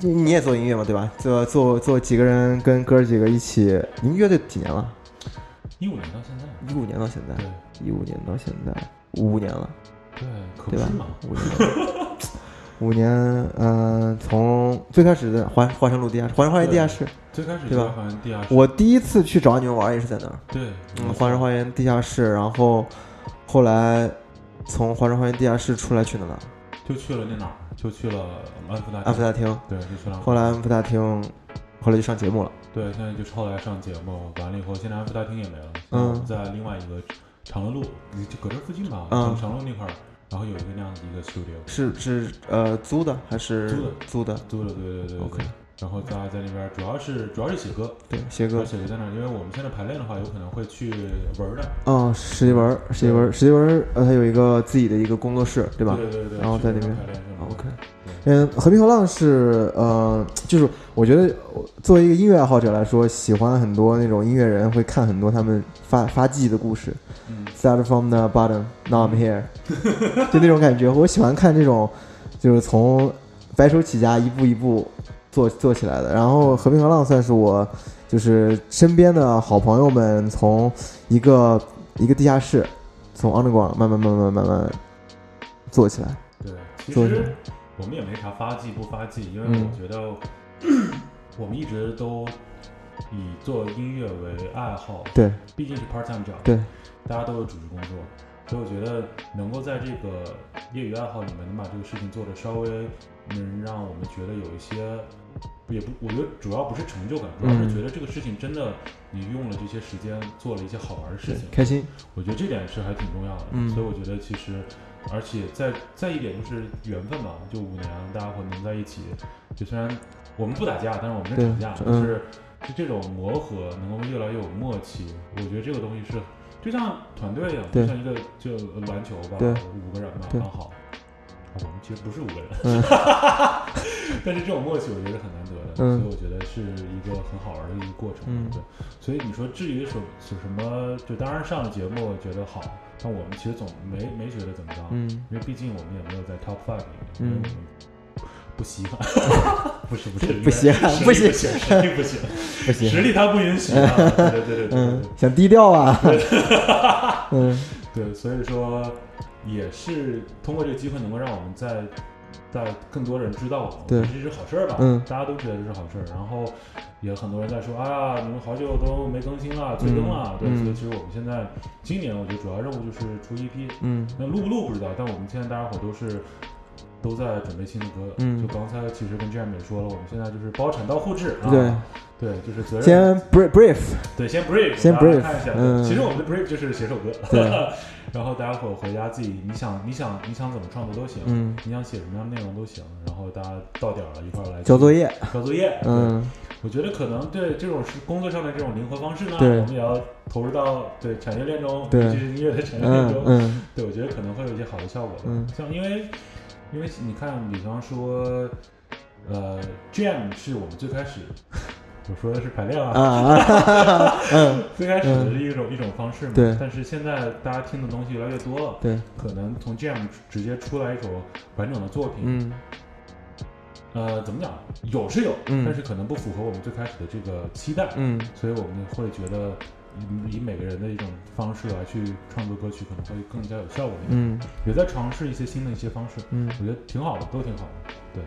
S1: 你你也做音乐嘛对吧？做做做几个人跟哥儿几个一起，你们乐队几年了？
S2: 一五年到现在，
S1: 一五年到现在，
S2: 对
S1: 一五年到现在五年了，
S2: 对，可不
S1: 对
S2: 是
S1: 吧
S2: 嘛，？
S1: 五年了。五年，嗯、从最开始的华华山路地下室，华山花园地下室，
S2: 最开始
S1: 对吧
S2: 就好像地下室，
S1: 我第一次去
S2: 嗯
S1: 找你们玩儿也是在那儿。
S2: 对，
S1: 嗯，华山花园地下室，然后后来从华中花园地下室出来去的哪？
S2: 就去了那哪儿，就去了安福大
S1: 安福大
S2: 大，
S1: 厅。
S2: 对，就去了安福
S1: 后来安福大厅，后来就上节目了。
S2: 对，现在就后来上节目，完了以后，现在安福大厅也没了，
S1: 嗯
S2: 在另外一个长乐路，就搁这附近吧，
S1: 嗯
S2: 长乐那块儿，然后有一个那样的一个 studio，
S1: 是是呃租的还是
S2: 租的
S1: 租的？
S2: 租的，对对对对
S1: OK
S2: 然后大家在那边儿主要是主要是写歌，
S1: 对，写
S2: 主要
S1: 歌。
S2: 写歌在那儿，因为我们现在排练的话，有可能会去文儿的，
S1: 哦，史蒂文儿，史蒂文儿，史蒂文儿，呃，他有一个自己的一个工作室，对吧？
S2: 对对对对，
S1: 然后
S2: 去
S1: 在
S2: 文
S1: 那
S2: 儿
S1: 边
S2: 排练什么的
S1: OK，嗯，和平流浪是呃，就是我觉得我作为一个音乐爱好者来说，喜欢很多那种音乐人，会看很多他们发发迹的故事
S2: 嗯，
S1: ，Started from the bottom, now I'm here，就那种感觉。我喜欢看这种，就是从白手起家一步一步做做起来的。然后和平流浪算是我就是身边的好朋友们从一个一个地下室，从 underground 慢慢慢慢慢慢做起来。
S2: 对，其
S1: 做什
S2: 实
S1: 么
S2: 我们也没啥发迹不发迹，因为
S1: 嗯
S2: 我觉得我们一直都以做音乐为爱好，
S1: 对
S2: 毕竟是 part time job，
S1: 对，
S2: 大家都有主持工作，所以我觉得能够在这个业余爱好里面能把这个事情做得稍微能让我们觉得有一些。也不，我觉得主要不是成就感，主要是
S1: 嗯
S2: 觉得这个事情真的，你用了这些时间做了一些好玩的事情，
S1: 开心。
S2: 我觉得这点是还挺重要的，
S1: 嗯
S2: 所以我觉得其实，而且再再一点就是缘分吧，就五年大家伙能在一起，就虽然我们不打架，但是我们
S1: 对
S2: 是吵架，
S1: 嗯
S2: 就是就这种磨合能够越来越有默契，我觉得这个东西是就像团队一样，
S1: 对
S2: 就像一个就篮球吧，
S1: 对
S2: 五个人嘛，
S1: 对
S2: 刚好。啊我们其实不是五个人，
S1: 嗯
S2: 但是这种默契我觉得很难得的，
S1: 嗯
S2: 所以我觉得是一个很好玩的一个过程。
S1: 嗯
S2: 对，所以你说至于什什什么，就当然上了节目觉得好，但我们其实总没没觉得怎么着，
S1: 嗯，
S2: 因为毕竟我们也没有在 top five 里面，
S1: 嗯
S2: 因为我们不稀罕，不是不是
S1: 不稀罕
S2: 因
S1: 不
S2: 为
S1: 稀
S2: 实力行，实力不行，
S1: 不
S2: 实
S1: 行，
S2: 力他不允许、啊，对对对对对对
S1: 嗯，想低调 啊，嗯
S2: 对，所以说也是通过这个机会能够让我们在在更多人知道我们，
S1: 对
S2: 我觉得这是好事儿吧？
S1: 嗯
S2: 大家都觉得这是好事儿。然后也很多人在说啊，你们好久都没更新了，催更了。
S1: 嗯
S2: 对，所以其实我们现在今年，我觉得主要任务就是出 EP。
S1: 嗯
S2: 那录不录不知道，但我们现在大家伙都是。都在准备新的歌，
S1: 嗯
S2: 就刚才其实跟 Jam 也说了，我们现在就是包产到户制啊，
S1: 对，
S2: 对，就是责任
S1: 先 brief brief，
S2: 对，先 brief，
S1: 先
S2: 大家
S1: brief，
S2: 看一下。
S1: 嗯
S2: 其实我们的 brief 就是写首歌，
S1: 对
S2: 然后大家伙回家自己，你想你想你想怎么创作都行，
S1: 嗯，
S2: 你想写什么样的内容都行，然后大家到点儿了一块儿来
S1: 交作
S2: 业，
S1: 业，
S2: 交作业。
S1: 嗯
S2: 对，我觉得可能对这种是工作上的这种灵活方式呢，我
S1: 对
S2: 们也要投入到对产业链中，
S1: 对
S2: 尤其是音乐的产业链
S1: 嗯
S2: 中。
S1: 嗯
S2: 对，我觉得可能会有一些好的效果吧。
S1: 嗯
S2: 像因为因为你看，比方说，呃，Jam 是我们最开始。我说的是排练啊，
S1: 啊啊，嗯
S2: 最开始的是一种、一种方式嘛，
S1: 对
S2: 但是现在大家听的东西越来越多了，
S1: 对，
S2: 可能从 Jam 直接出来一首完整的作品，
S1: 嗯
S2: 呃，怎么讲？有是有，
S1: 嗯
S2: 但是可能不符合我们最开始的这个期待，
S1: 嗯
S2: 所以我们会觉得以以每个人的一种方式来去创作歌曲，可能会更加有效果一点。
S1: 嗯
S2: 也在尝试一些新的一些方式，
S1: 嗯，
S2: 我觉得挺好的，都挺好的。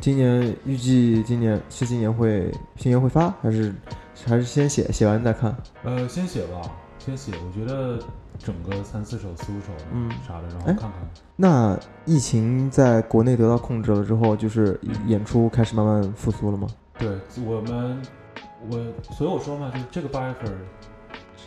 S1: 今年预计今年是今年会今年会发还是还是先写写完再看？
S2: 呃，先写吧，先写，我觉得整个三四首、四五首
S1: 嗯
S2: 啥的，然后
S1: 哎
S2: 看看。
S1: 那疫情在国内得到控制了之后，就是演出开始慢慢复苏了吗？
S2: 对我们，我所以我说嘛，就是这个八月份儿，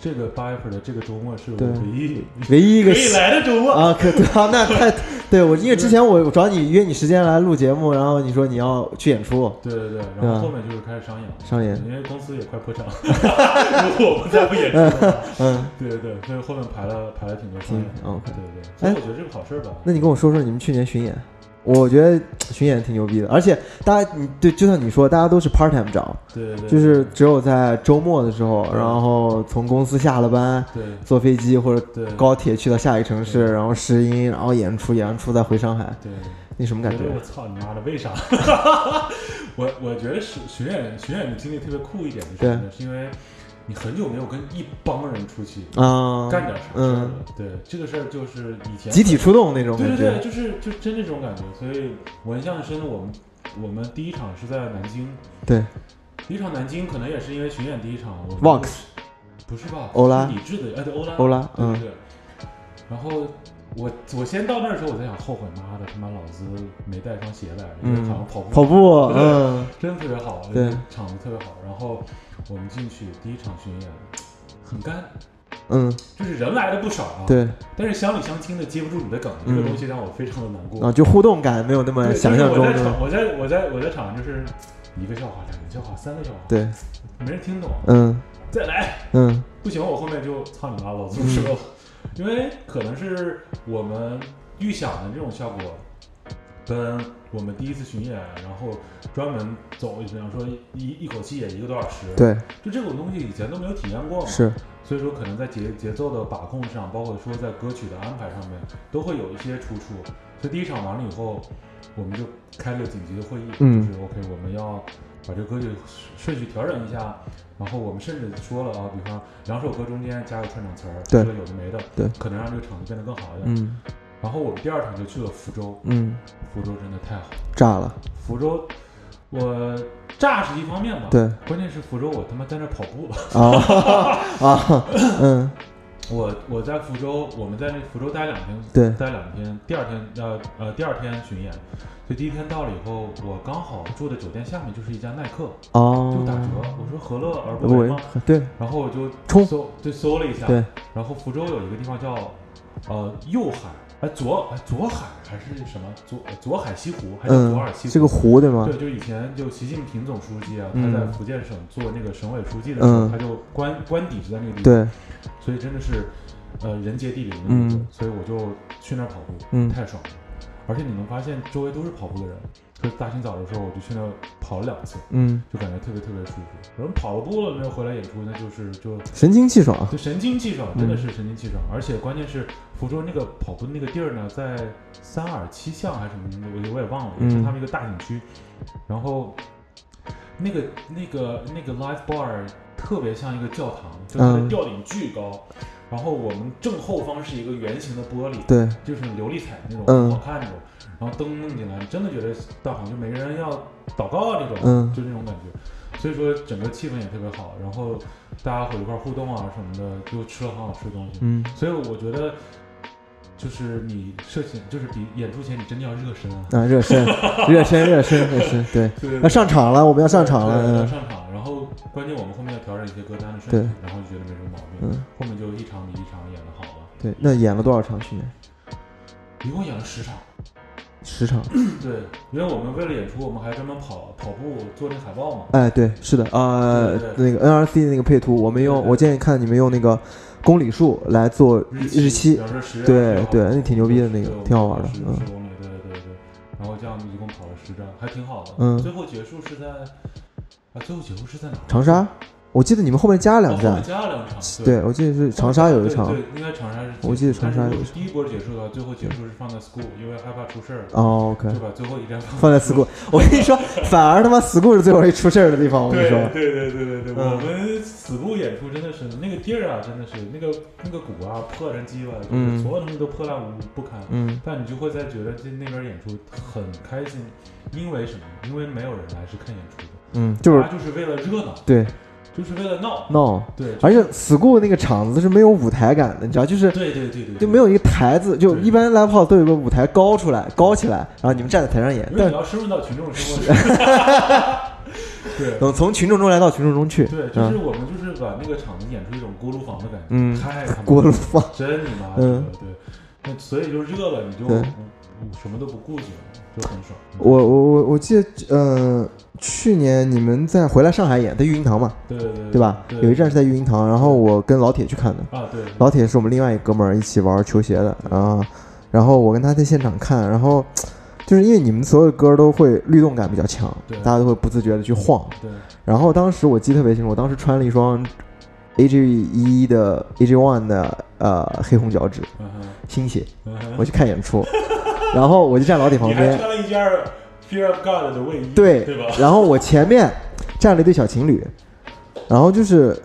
S2: 这个八月份儿的这个周末是我
S1: 对
S2: 唯一
S1: 唯一一个
S2: 可以来的周末。
S1: 啊，可对啊，那太对我，因为之前我我找你约你时间来录节目，然后你说你要去演出，
S2: 对对对，然
S1: 对啊
S2: 后后面就是开始商演了，
S1: 商演
S2: 因为公司也快破产了， 如果我们再不演出的话，
S1: 嗯，
S2: 对对对，所以后面排了排了挺多商
S1: 挺
S2: 演，
S1: OK
S2: 对。对对，所以我觉得这个好事儿吧。
S1: 哎那你跟我说说你们去年巡演，我觉得巡演挺牛逼的，而且大家你对，就像你说，大家都是 part time 找，
S2: 对对对，
S1: 就是只有在周末的时候，
S2: 对
S1: 然后从公司下了班，
S2: 对
S1: 坐飞机或者
S2: 对
S1: 高铁去到下一个城市，
S2: 对
S1: 然后试音，然后演出，演完出再回上海，
S2: 对。
S1: 那什么感觉？
S2: 我操你妈的，为啥？ 我我觉得巡巡演巡演的经历特别酷一点是什么呢？是因为你很久没有跟一帮人出去
S1: 啊，
S2: 干点啥事儿
S1: 嗯
S2: 了。对，这个事儿就是以前
S1: 集体出动那种
S2: 对
S1: 感
S2: 对
S1: 觉
S2: 对，，就是就真这种感觉。所以我印象很深的，我们我们第一场是在南京，
S1: 对，
S2: 第一场南京可能也是因为巡演第一场我们
S1: Vox
S2: 不是吧？
S1: 欧拉
S2: 是李志的哎对欧拉
S1: 欧拉，
S2: 对
S1: 嗯
S2: 对对。然后我我先到那儿的时候，我在想，后悔妈的，他妈老子没带双鞋来，
S1: 嗯
S2: 因为好像跑步
S1: 跑步，
S2: 对
S1: 嗯
S2: 真的特别好，
S1: 对，
S2: 场子特别好。然后我们进去第一场巡演，很干，
S1: 嗯，
S2: 就是人来的不少啊，，
S1: 对，
S2: 但是乡里乡亲的接不住你的梗，这
S1: 嗯
S2: 个东西让我非常的难过。
S1: 啊，就互动感没有那么
S2: 对，
S1: 想象中
S2: 就是
S1: 的，
S2: 我在场，我在我在我在场上就是一个笑话，两个笑话，三个笑话，
S1: 对，
S2: 没人听懂，
S1: 嗯
S2: 再来
S1: 嗯
S2: 不行，我后面就操你妈老子说了，因为可能是我们预想的这种效果。跟我们第一次巡演，然后专门走，比方说一一口气演一个多小时，，
S1: 对，
S2: 就这种东西以前都没有体验过嘛，
S1: 是，
S2: 所以说可能在节节奏的把控上，包括说在歌曲的安排上面，都会有一些出处。所以第一场完了以后，我们就开了紧急的会议，
S1: 嗯
S2: 就是 OK，我们要把这个歌曲顺序调整一下。然后我们甚至说了啊，比方两首歌中间加个串场词儿，
S1: 对
S2: 说有的没的，
S1: 对，
S2: 可能让这个场子变得更好一点。
S1: 嗯
S2: 然后我们第二场就去了福州，
S1: 嗯，
S2: 福州真的太好了，
S1: 炸了，
S2: 福州我炸是一方面吧，，
S1: 对
S2: 关键是福州我他妈在那儿跑步了。
S1: 啊啊，嗯
S2: 我我在福州，我们在那福州待两天，
S1: 对
S2: 待两天，第二天呃呃第二天巡演，所以第一天到了以后，我刚好住的酒店下面就是一家耐克，就打折，
S1: 哦，
S2: 我说何乐而不
S1: 我
S2: 为吗？
S1: 对
S2: 然后我就
S1: 嗯冲
S2: 搜就搜了一下，
S1: 对，
S2: 然后福州有一个地方叫呃右海，哎左哎左海还是什么左呃左海西湖还是
S1: 嗯
S2: 左海西湖？
S1: 是个湖对吗？
S2: 对，就以前就习近平总书记啊，
S1: 嗯
S2: 他在福建省做那个省委书记的时候，
S1: 嗯
S2: 他就官官邸就在那个地方。
S1: 对，
S2: 所以真的是，呃，人杰地灵的那种
S1: 嗯。
S2: 所以我就去那儿跑步，
S1: 嗯
S2: 太爽了。而且你能发现周围都是跑步的人，所以大清早的时候我就去那儿跑了两次，
S1: 嗯，
S2: 就感觉特别特别舒服。有人跑了步了，那回来演出那就是就
S1: 神清气爽，
S2: 就神清气爽，
S1: 嗯
S2: 真的是神清气爽。而且关键是福州那个跑步的那个地儿呢，在三尔七巷还是什么名字，我也我也忘了，
S1: 嗯
S2: 是他们一个大景区。然后那个那个那个 live bar 特别像一个教堂，就是它的
S1: 嗯
S2: 吊顶巨高，然后我们正后方是一个圆形的玻璃，
S1: 对，
S2: 就是琉璃彩那种，
S1: 嗯
S2: 好看那种。然后灯弄进来，你真的觉得大伙就没人要祷告啊那种，
S1: 嗯
S2: 就那种感觉。所以说整个气氛也特别好，然后大家伙一块儿互动啊什么的，又吃了很好吃的东西。
S1: 嗯
S2: 所以我觉得，就是你设前，就是比演出前你真的要热身啊。
S1: 啊，热 身，热身，热身，热身，对，
S2: 对
S1: 要上场了，我们要上场
S2: 对要
S1: 了，嗯
S2: 上场。然后关键我们后面要调整一些歌单的顺
S1: 对
S2: 序，然后就觉得没什么毛病。
S1: 嗯嗯，
S2: 后面就一场比一场演的好了，
S1: 对，那演了多少场？去年
S2: 一共演了十场。
S1: 十场，
S2: 对，因为我们为了演出，我们还专门跑跑步做那海报嘛。
S1: 哎，对，是的，呃
S2: 对，
S1: 那个 NRC 的那个配图，我们用，
S2: 对对
S1: 我建议看你们用那个公里数来做日期，
S2: 表示十月
S1: 对
S2: 10号
S1: 对那挺牛逼的那个挺好玩的
S2: 十
S1: 嗯
S2: 十公里，对对对对。然后这样一共跑了十站，还挺好的。
S1: 嗯
S2: 最后结束是在啊，最后结束是在哪儿？
S1: 长沙，我记得你们后面加了
S2: 哦
S1: 两
S2: 后面
S1: 站，
S2: 加了两场，
S1: 对，我记得是长沙有一场
S2: 对，，对应该长沙是。
S1: 我记得长沙
S2: 但
S1: 有
S2: 是如
S1: 一
S2: 果是第一波结束的话，最后结束是放在 school，因为害怕出事儿，
S1: 哦，OK，
S2: 就把最后一站
S1: 放在 school，我跟你说，反而他妈 school 是最容易出事儿的地方，我哦跟你
S2: 对
S1: 说，
S2: 对对对对对，
S1: 嗯
S2: 我们死部演出真的是那个地儿啊，真的是那个那个鼓啊，破成鸡巴，就是
S1: 嗯
S2: 所有东西都破烂无不堪。
S1: 嗯
S2: 但你就会在觉得这那边演出很开心，因为什么？因为没有人来是看演出的，
S1: 嗯，就是
S2: 大家就是为了热闹，
S1: 对
S2: 就是为了闹。
S1: ，no。
S2: 对，就
S1: 而且 school 那个场子是没有舞台感的，你知道，就是
S2: 对对对对，
S1: 就没有一个台子，就
S2: 对
S1: 一般 live house 都有个舞台高出来，高起来，然后你们站在台上演
S2: 对，因为
S1: 但
S2: 你要深入到群众 生活中。对
S1: 等从群众中来到群众中去，
S2: 对，就是我们就是把那个场子演出一种锅炉房的感觉，
S1: 嗯
S2: 太他妈
S1: 锅炉房，
S2: 真你妈
S1: 嗯
S2: 的，对，那所以就热了，你就
S1: 对
S2: 不什么都不顾忌了，就很爽。
S1: 我我我我记得，呃，去年你们在回来上海演，在育婴堂嘛，
S2: 对对对
S1: 对吧？有一哦站是在育婴堂，然后我跟老铁去看的，
S2: 啊，对，
S1: 老铁是我们另外一个哥们儿一起玩球鞋的啊，然后我跟他在现场看，然后就是因为你们所有的歌都会律动感比较强
S2: 对，
S1: 大家都会不自觉的去晃，
S2: 对
S1: 然后当时我记得特别清楚，我当时穿了一双 AJ 一的 AJ one 的呃黑红脚趾
S2: 嗯哼
S1: 新鞋，
S2: 嗯哼
S1: 我去看演出， 然后我就站老铁旁
S2: 你还
S1: 边，
S2: 穿了一件儿 Fear of God 的卫衣，
S1: 对
S2: 对吧？
S1: 然后我前面站了一对小情侣，然后就是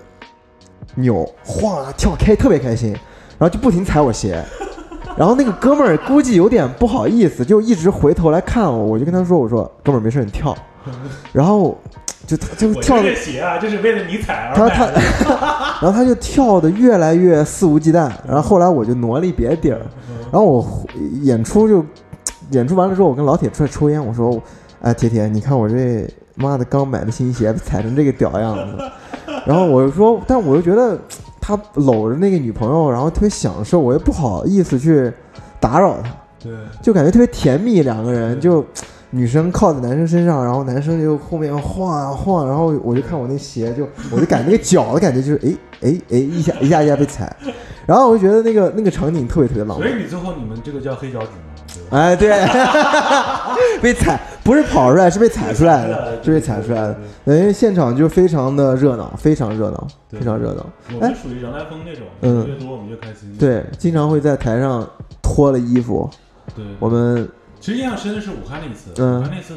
S1: 扭晃啊跳开特别开心，然后就不停踩我鞋。 然后那个哥们儿估计有点不好意思，就一直回头来看我，我就跟他说：“我说哥们儿没事，你跳。”然后就他就
S2: 我
S1: 跳
S2: 这
S1: 的
S2: 个，鞋啊，就是为了你踩而
S1: 他
S2: 买
S1: 他
S2: 的。，
S1: 然后他就跳的越来越肆无忌惮，然后后来我就挪了一别的地儿，然后我回演出就演出完了之后，我跟老铁出来抽烟，我说，哎，铁铁，你看我这妈的刚买的新鞋踩成这个屌样子，然后我就说，但我又觉得他搂着那个女朋友，然后特别享受，我又不好意思去打扰他，
S2: 对，
S1: 就感觉特别甜蜜，两个人就。女生靠在男生身上，然后男生就后面晃啊晃，然后我就看我那鞋就，我就感觉那个脚的感觉就是，哎哎哎，一下一下一下被踩，然后我就觉得那个那个场景特别特别浪
S2: 所
S1: 漫
S2: 以。你最后你们这个叫黑脚趾嘛，对吧？
S1: 哎，对， 被踩不是跑出来，是被踩出来的，是被踩出来的。因为现场就非常的热闹，非常热闹，
S2: 对
S1: 非常热闹。
S2: 我
S1: 哎
S2: 们属于人来疯那种，
S1: 嗯
S2: 越多我们越开心。
S1: 对，经常会在台上脱了衣服。
S2: 对，
S1: 我们
S2: 其实印象深的是武汉那一次，
S1: 嗯
S2: 武汉那次，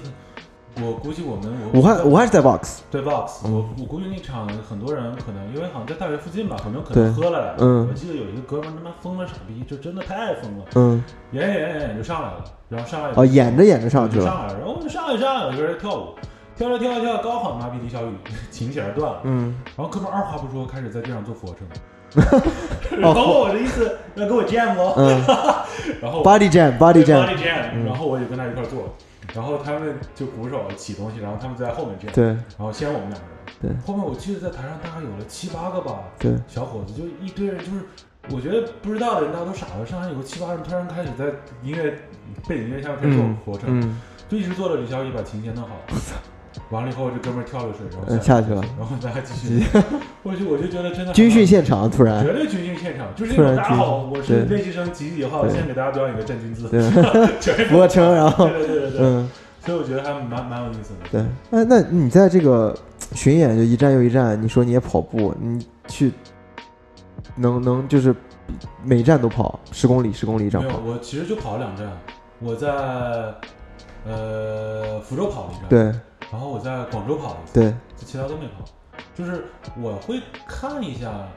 S2: 我估计我们我
S1: 武汉武汉是在 box，
S2: 对 box，
S1: 嗯
S2: 我我估计那场很多人可能因为好像在大学附近吧，很多人可
S1: 对
S2: 能喝了来着。
S1: 嗯
S2: 我记得有一个哥们儿他妈疯了傻逼，就真的太疯了，
S1: 嗯，
S2: 演演演演就上来了，然后上来
S1: 哦，演着演着上去
S2: 就
S1: 了，
S2: 上来了，然后我就上来上来，有个人跳舞，跳着跳着跳着，刚好妈逼李小雨 琴弦断了，
S1: 嗯，
S2: 然后哥们儿二话不说开始在地上做俯卧撑，
S1: 哦
S2: 然后我的意思要给我 jam 哦，
S1: 嗯
S2: 然后
S1: ，body jam，body
S2: 对
S1: jam，
S2: body jam，
S1: 嗯
S2: 然后我也跟他一块儿做，然后他们就鼓手起东西，然后他们在后面 jam，
S1: 对
S2: 然后先我们两个人，
S1: 对
S2: 后面我记得在台上大概有了七八个吧，
S1: 对，
S2: 小伙子就一堆人，就是我觉得不知道的人大家都傻了，上来有个七八人突然开始在音乐背景音乐下面开始做
S1: 嗯
S2: 俯卧撑，
S1: 嗯，
S2: 就一直做到李小雨把琴键弄好，完了以后这哥们儿跳了水，然后
S1: 嗯下去了，
S2: 然后大家继续， 我就我就觉得真的
S1: 军训
S2: 很
S1: 现场突
S2: 好。
S1: 然，
S2: 绝对军训现场，就是那
S1: 突然
S2: 种大家好，我是
S1: 对
S2: 练习生集体号，
S1: 对
S2: 先给大家表演一个站军姿，
S1: 对，
S2: 全是
S1: 俯卧撑，然后
S2: 对， 对对对对，
S1: 嗯。
S2: 所以我觉得还蛮蛮有意思的。
S1: 对，那那你在这个巡演就一站又一站，你说你也跑步，你去能能就是每站都跑十公里十公里这
S2: 没
S1: 样
S2: 有，
S1: 跑，
S2: 我其实就跑了两站，我在呃福州跑了一站，
S1: 对
S2: 然后我在广州跑了一次，
S1: 对，
S2: 就其他都没跑。就是我会看一下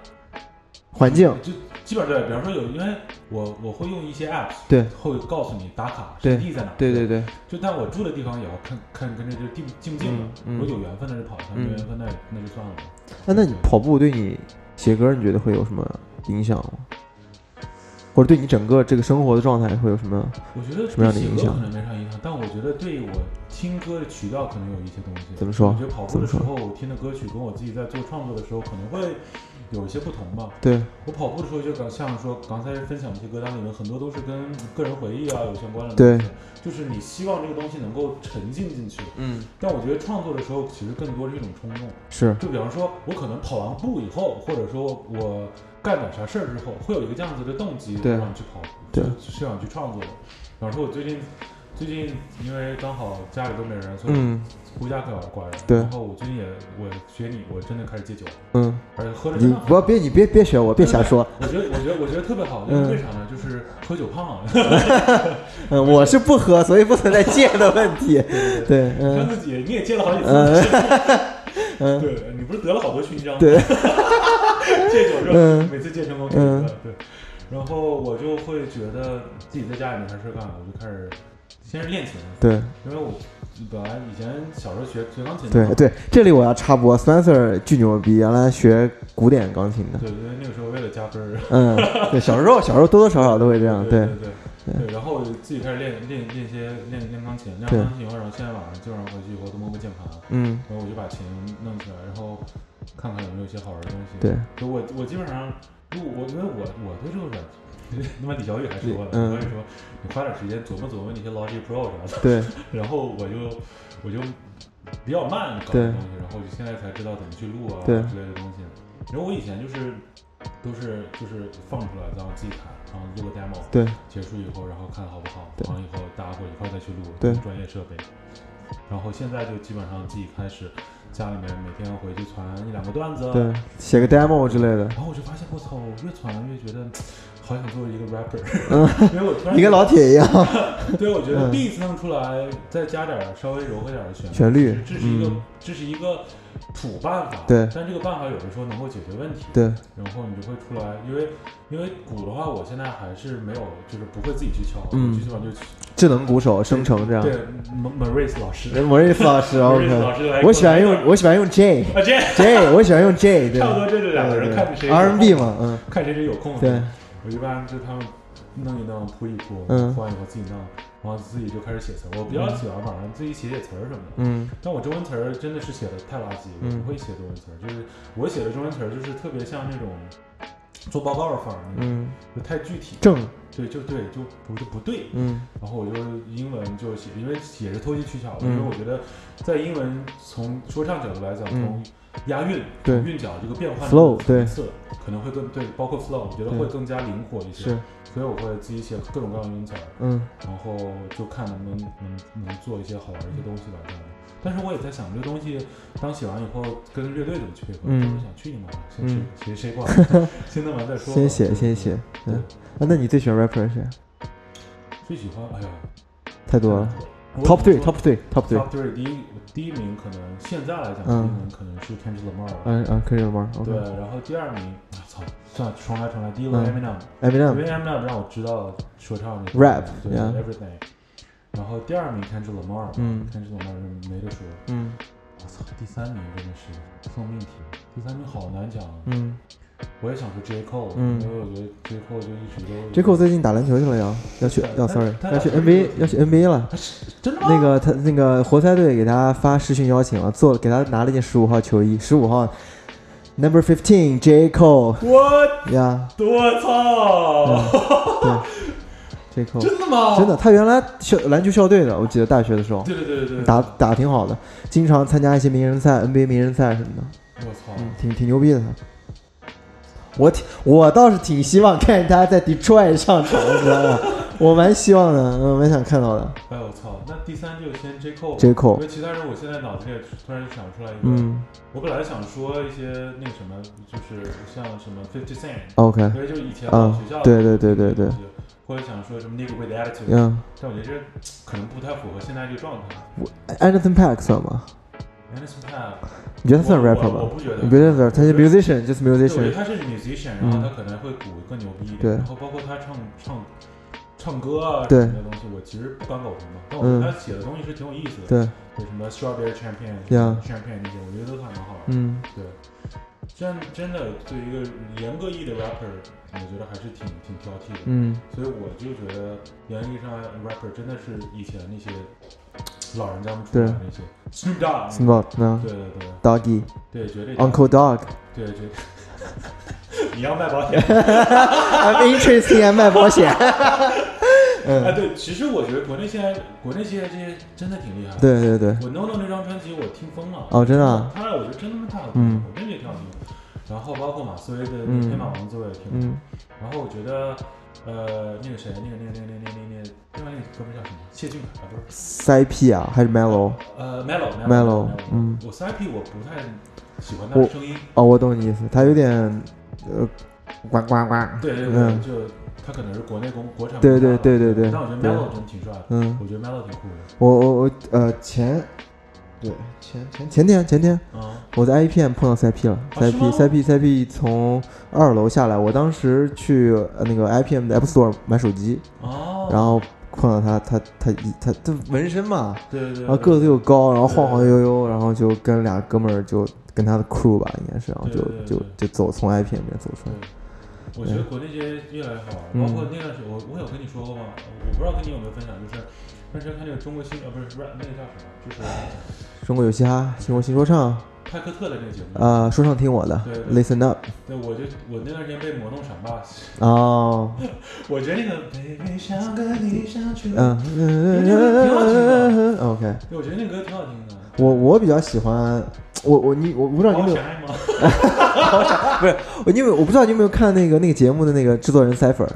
S1: 环境，
S2: 就基本上对，比方说有，因为我我会用一些 app，
S1: 对
S2: 会告诉你打卡
S1: 对
S2: 实地在哪，
S1: 对，
S2: 就但我住的地方也要看看跟这个地近不近嘛，
S1: 嗯嗯
S2: 如果有缘分那就跑一趟，没
S1: 嗯
S2: 缘分那那就算了。
S1: 那那你跑步对你写歌你觉得会有什么影响吗？或者对你整个这个生活的状态会有什么？
S2: 我觉得
S1: 什么样的
S2: 对写
S1: 影
S2: 歌
S1: 响
S2: 可能没啥影响，但我觉得对我听歌的渠道可能有一些东西。
S1: 怎么说
S2: 我觉得跑步的时
S1: 怎么
S2: 候，我听的歌曲跟我自己在做创作的时候可能会有一些不同吧。
S1: 对，
S2: 我跑步的时候就感像说刚才分享的一些歌单里面，很多都是跟个人回忆啊有相关的东西，就是你希望这个东西能够沉浸进去。
S1: 嗯，
S2: 但我觉得创作的时候，其实更多是一种冲动。
S1: 是，
S2: 就比方说，我可能跑完步以后，或者说我干点啥事儿之后，会有一个这样子的动机，
S1: 对
S2: 让你去跑，
S1: 对
S2: 就是是想去创作的。比方说，我最近最近因为刚好家里都没人，所以
S1: 嗯
S2: 孤家寡寡人。
S1: 对
S2: 然后我最近也我学你，我真的开始戒酒，
S1: 嗯，
S2: 而且喝的真
S1: 你
S2: 的好。
S1: 不要别你别别学我，别瞎说，
S2: 我觉得我觉得我觉得特别好，因
S1: 嗯
S2: 为为啥呢？就是喝酒胖了，
S1: 嗯，我是不喝，所以不存在戒的问题，对，
S2: 他
S1: 嗯
S2: 自己你也戒了好几次，
S1: 嗯 嗯，
S2: 对你不是得了好多勋章吗？
S1: 对。
S2: 戒酒之后，
S1: 嗯
S2: 每次戒成功给
S1: 嗯
S2: 一个，对。然后我就会觉得自己在家也没啥事干，我就开始先是练琴，
S1: 对。
S2: 因为我本来以前小时候学学钢琴的
S1: 对
S2: 嘛，
S1: 对，这里我要插播，Spencer 巨牛逼，原来学古典钢琴的。
S2: 对，因为那个时候为了加分儿，
S1: 嗯，对，小时候小时候多多少少都会这样。
S2: 对
S1: 啊对，
S2: 对对。然后我就自己开始练练练些练练钢琴，练
S1: 对
S2: 完钢琴以后，然后现在晚上基本上回去以后都摸摸键盘，
S1: 嗯，
S2: 然后我就把琴弄起来，然后看看有没有一些好玩的东西。
S1: 对，
S2: 就我我基本上，如果我因为我我对这个软件，那么李小雨还说了，
S1: 嗯
S2: 我也说你花点时间琢磨琢磨那些 Logic Pro 啥的，
S1: 对，
S2: 然后我就我就比较慢搞
S1: 对
S2: 的东西，然后我就现在才知道怎么去录啊
S1: 对
S2: 之类的东西。然后我以前就是都是就是放出来，然后自己弹，然后录个 demo，
S1: 对，
S2: 结束以后，然后看好不好，
S1: 对
S2: 完了以后大家伙一块儿再去录，
S1: 对
S2: 专业设备。然后现在就基本上自己开始，家里面每天回去传一两个段子，啊
S1: 对，写个 demo 之类的。
S2: 然后我就发现，我操，我越传越觉得好想做一个 rapper，
S1: 嗯
S2: 因为我突然
S1: 你跟老 铁一样，
S2: 对，我觉
S1: 嗯
S2: 得 beat 弄出来，再加点儿稍微柔和点儿的旋律，
S1: 旋律
S2: 这是一个
S1: 嗯
S2: 这是一个土办法，
S1: 对
S2: 但这个办法有的时候能够解决问题，
S1: 对，
S2: 然后你就会出来，因为因为鼓的话，我现在还是没有，就是不会自己去敲，
S1: 嗯
S2: 我最起码就
S1: 智能鼓手生成这样。
S2: 对 m a r i s 老师
S1: 哎，Maurice 老师
S2: ，Maurice 老
S1: ，OK，
S2: 师来给
S1: 我喜欢
S2: 来一
S1: 用
S2: 段
S1: 我喜欢用 J
S2: 啊这
S1: J，我喜欢用 J，对
S2: 差不多这是两个
S1: 对
S2: 人
S1: 对
S2: 看着谁
S1: 对，R&B 嘛，嗯，
S2: 看谁谁有空，
S1: 对，
S2: 我一般就他们弄一弄铺一铺，
S1: 嗯
S2: 铺完以后自己弄，然后自己就开始写词儿。我比较喜欢晚上自己写写词儿什么的，
S1: 嗯
S2: 但我中文词儿真的是写的太垃圾，我
S1: 嗯
S2: 不会写中文词儿。就是我写的中文词儿就是特别像那种做报告的范儿，那种，
S1: 嗯，
S2: 就太具体，
S1: 正，
S2: 对，就对，就不就不对。
S1: 嗯
S2: 然后我就英文就写，因为也是投机取巧的，
S1: 嗯
S2: 因为我觉得在英文从说唱角度来讲，
S1: 嗯
S2: 从押韵、
S1: 对
S2: 从韵脚这个变换的
S1: ，flow，对
S2: 层，次可能会更对，包括 flow，我觉得
S1: 对
S2: 会更加灵活一些。
S1: 是，
S2: 所以我会自己写各种各样的英词儿，
S1: 嗯
S2: 然后就看能不能能能做一些好玩的一些东西吧，这样的。但是我也在想，这个东西当写完以后，跟乐队怎么去配合？
S1: 嗯
S2: 就是想去你妈的，先去
S1: 嗯
S2: 谁谁 管，先弄完再说吧。
S1: 先写
S2: 对
S1: 先写。，嗯，
S2: 对
S1: 啊，那你最喜欢 rapper 是谁？
S2: 最喜欢，哎呀，
S1: 太多了
S2: 我
S1: ，Top
S2: 只
S1: three
S2: 能说
S1: Top three Top three，
S2: Top three 第一第一名可能现在来讲，第一
S1: 嗯
S2: 名可能是 Kendrick Lamar，
S1: 嗯嗯，Kendrick Lamar，
S2: 对，
S1: OK，
S2: 然后第二名，啊操，算了，重来重来，第一个
S1: 嗯
S2: Eminem。因
S1: Eminem，
S2: 为 Eminem 让我知道说唱这个
S1: Rap，
S2: 对
S1: yeah
S2: everything。然后第二名 Kendrick Lamar，
S1: 嗯
S2: Kendrick Lamar 没得说。
S1: 嗯
S2: 我操，第三名真的是送命题，第三名好难讲。啊
S1: 嗯
S2: 我也想说 J Cole，
S1: 嗯
S2: 因为我觉得 J Cole 就一直都
S1: ，J Cole 最近打篮球去了要要去要
S2: 他
S1: ，sorry，
S2: 他
S1: 要去
S2: 打篮球
S1: NBA
S2: 去了
S1: 要去 NBA 了。
S2: 真的吗？
S1: 那个他那个活塞队给他发视讯邀请了，做给他拿了一件十五号球衣，十五号 number fifteen J Cole
S2: 我
S1: 呀、
S2: 我操，
S1: J Cole
S2: 真的吗？
S1: 嗯真的，他原来校篮球校队的，我记得大学的时候
S2: 对。对对对对，
S1: 打打挺好的，经常参加一些名人赛、NBA 名人赛什么的，
S2: 我操，
S1: 嗯，挺挺牛逼的他。我挺我倒是挺希望看见他在 Detroit 上场，你知道吗？我蛮希望的，嗯，蛮想看到的。
S2: 哎我操，那第三就先 J Cole，吧
S1: J Cole
S2: 因为其他人我现在脑子里也突然想不出来一个，
S1: 嗯
S2: 我本来想说一些那个什么，就是像什么 Fifty Cent。
S1: ，OK，
S2: 因为就是以前我
S1: 啊
S2: 学校，
S1: 对对对对对，，
S2: 或者想说什么 nigga with attitude，
S1: 嗯
S2: 但我觉得这可能不太符合现在这个状态。
S1: ，Anderson Paak 算吗？
S2: Anderson Paak，
S1: 你觉得他算
S2: 我
S1: rapper
S2: 我
S1: 吗
S2: 我？不觉得，
S1: 你不认识他是 musician，就是
S2: 对我觉得
S1: musician，
S2: 他是 musician，然
S1: 嗯
S2: 后他可能会鼓更牛逼一点，
S1: 对
S2: 然后包括他唱唱唱歌啊什
S1: 对嗯
S2: 么的东西，我其实不敢苟同嘛。但我觉得他写的东西是挺有意思的，
S1: 对，
S2: 对什么 strawberry champion、
S1: Yeah
S2: champion 那些，我觉得都还蛮好玩的。
S1: 嗯，
S2: 对，真真的对一个严格意义的 rapper，我觉得还是挺挺挑剔的。
S1: 嗯，
S2: 所以我就觉得严格意义上 rapper 真的是以前那些老人家们出来的那些 Snoop Dogg，
S1: 什么呢
S2: 对对对
S1: ？Doggy，Uncle
S2: 对，绝对
S1: Dog。
S2: 对绝对。 你要卖保险
S1: I'm interested in 卖保险。
S2: 啊？
S1: 嗯，
S2: 对，其实我觉得国内现在国内现在这些真的挺厉害的。
S1: 对对对，
S2: 我 No No 那张专辑我听疯了。
S1: 哦真的啊
S2: 他我觉得真他妈太好听了
S1: 嗯，
S2: 我真觉得挺好听的。然后包括马思唯的
S1: 嗯
S2: 《黑马王子》我也听了。
S1: 嗯，
S2: 然后我觉得呃那个谁那个那个那个那个那个那个另外那个哥们儿叫什么？谢俊凯啊不是？
S1: 塞 P 啊，还是 Mellow？
S2: 呃，Melo
S1: Mellow，嗯，
S2: 我 CIP 我不太喜欢他的声音，
S1: 哦，我懂你意思，他有点，呃，呱呱呱。
S2: 对对对，
S1: 嗯
S2: 就他可能是国内国国产，啊
S1: 对对对，对对
S2: 但我觉得
S1: 对
S2: Melo 真挺帅的，
S1: 嗯，
S2: 我觉得 Melo 挺酷的，
S1: 我我我呃前，对前前前天前天
S2: 嗯，
S1: 我在 IEPM 碰到 CP 了
S2: 啊是吗
S1: ，CP CP CP 从二楼下来，我当时去呃那个 IEPM 的 App Store 买手机，
S2: 哦，
S1: 然后碰到他，他他一他他纹身嘛，
S2: 对对对，
S1: 然后个子又高，然后晃晃悠悠，然后就跟俩哥们儿就跟他的 crew 吧，应该是，然后就
S2: 对对对
S1: 就就走从 IP 那边走出
S2: 对
S1: 来。，
S2: 我觉得国内这些越来越好玩，
S1: 嗯
S2: 包括那段时间我我有跟你说过吗？我不知道跟你有没有分享，就是那时候看那个中国新呃不是 rap 那个叫什么，
S1: 啊
S2: 就是
S1: 中国有嘻哈，听我新说唱，
S2: 派克特的那个节目，
S1: 呃，说唱听我的
S2: 对对
S1: ，Listen up。
S2: 对，我就我那段时间被魔弄傻吧，
S1: 哦，
S2: 我觉得那个 baby 像个你像去。
S1: 嗯
S2: 挺好听的
S1: 嗯，OK，
S2: 对，我觉得那歌挺好听的。
S1: 我我比较喜欢，我我你我不知道你有
S2: 好啊
S1: 没有
S2: 可，爱吗？
S1: 我因为我不知道你有没有看那个那个节目的那个制作人 Cipher，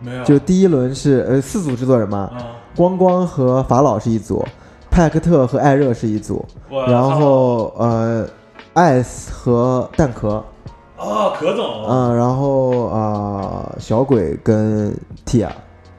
S2: 没有，
S1: 就第一轮是呃四组制作人嘛，
S2: 啊，
S1: 光光和法老是一组，派克特和艾热是一组，
S2: 我
S1: 然后呃，Ice 和蛋壳，
S2: 啊，葛总，
S1: 嗯嗯、然后啊、呃小鬼跟 Tia，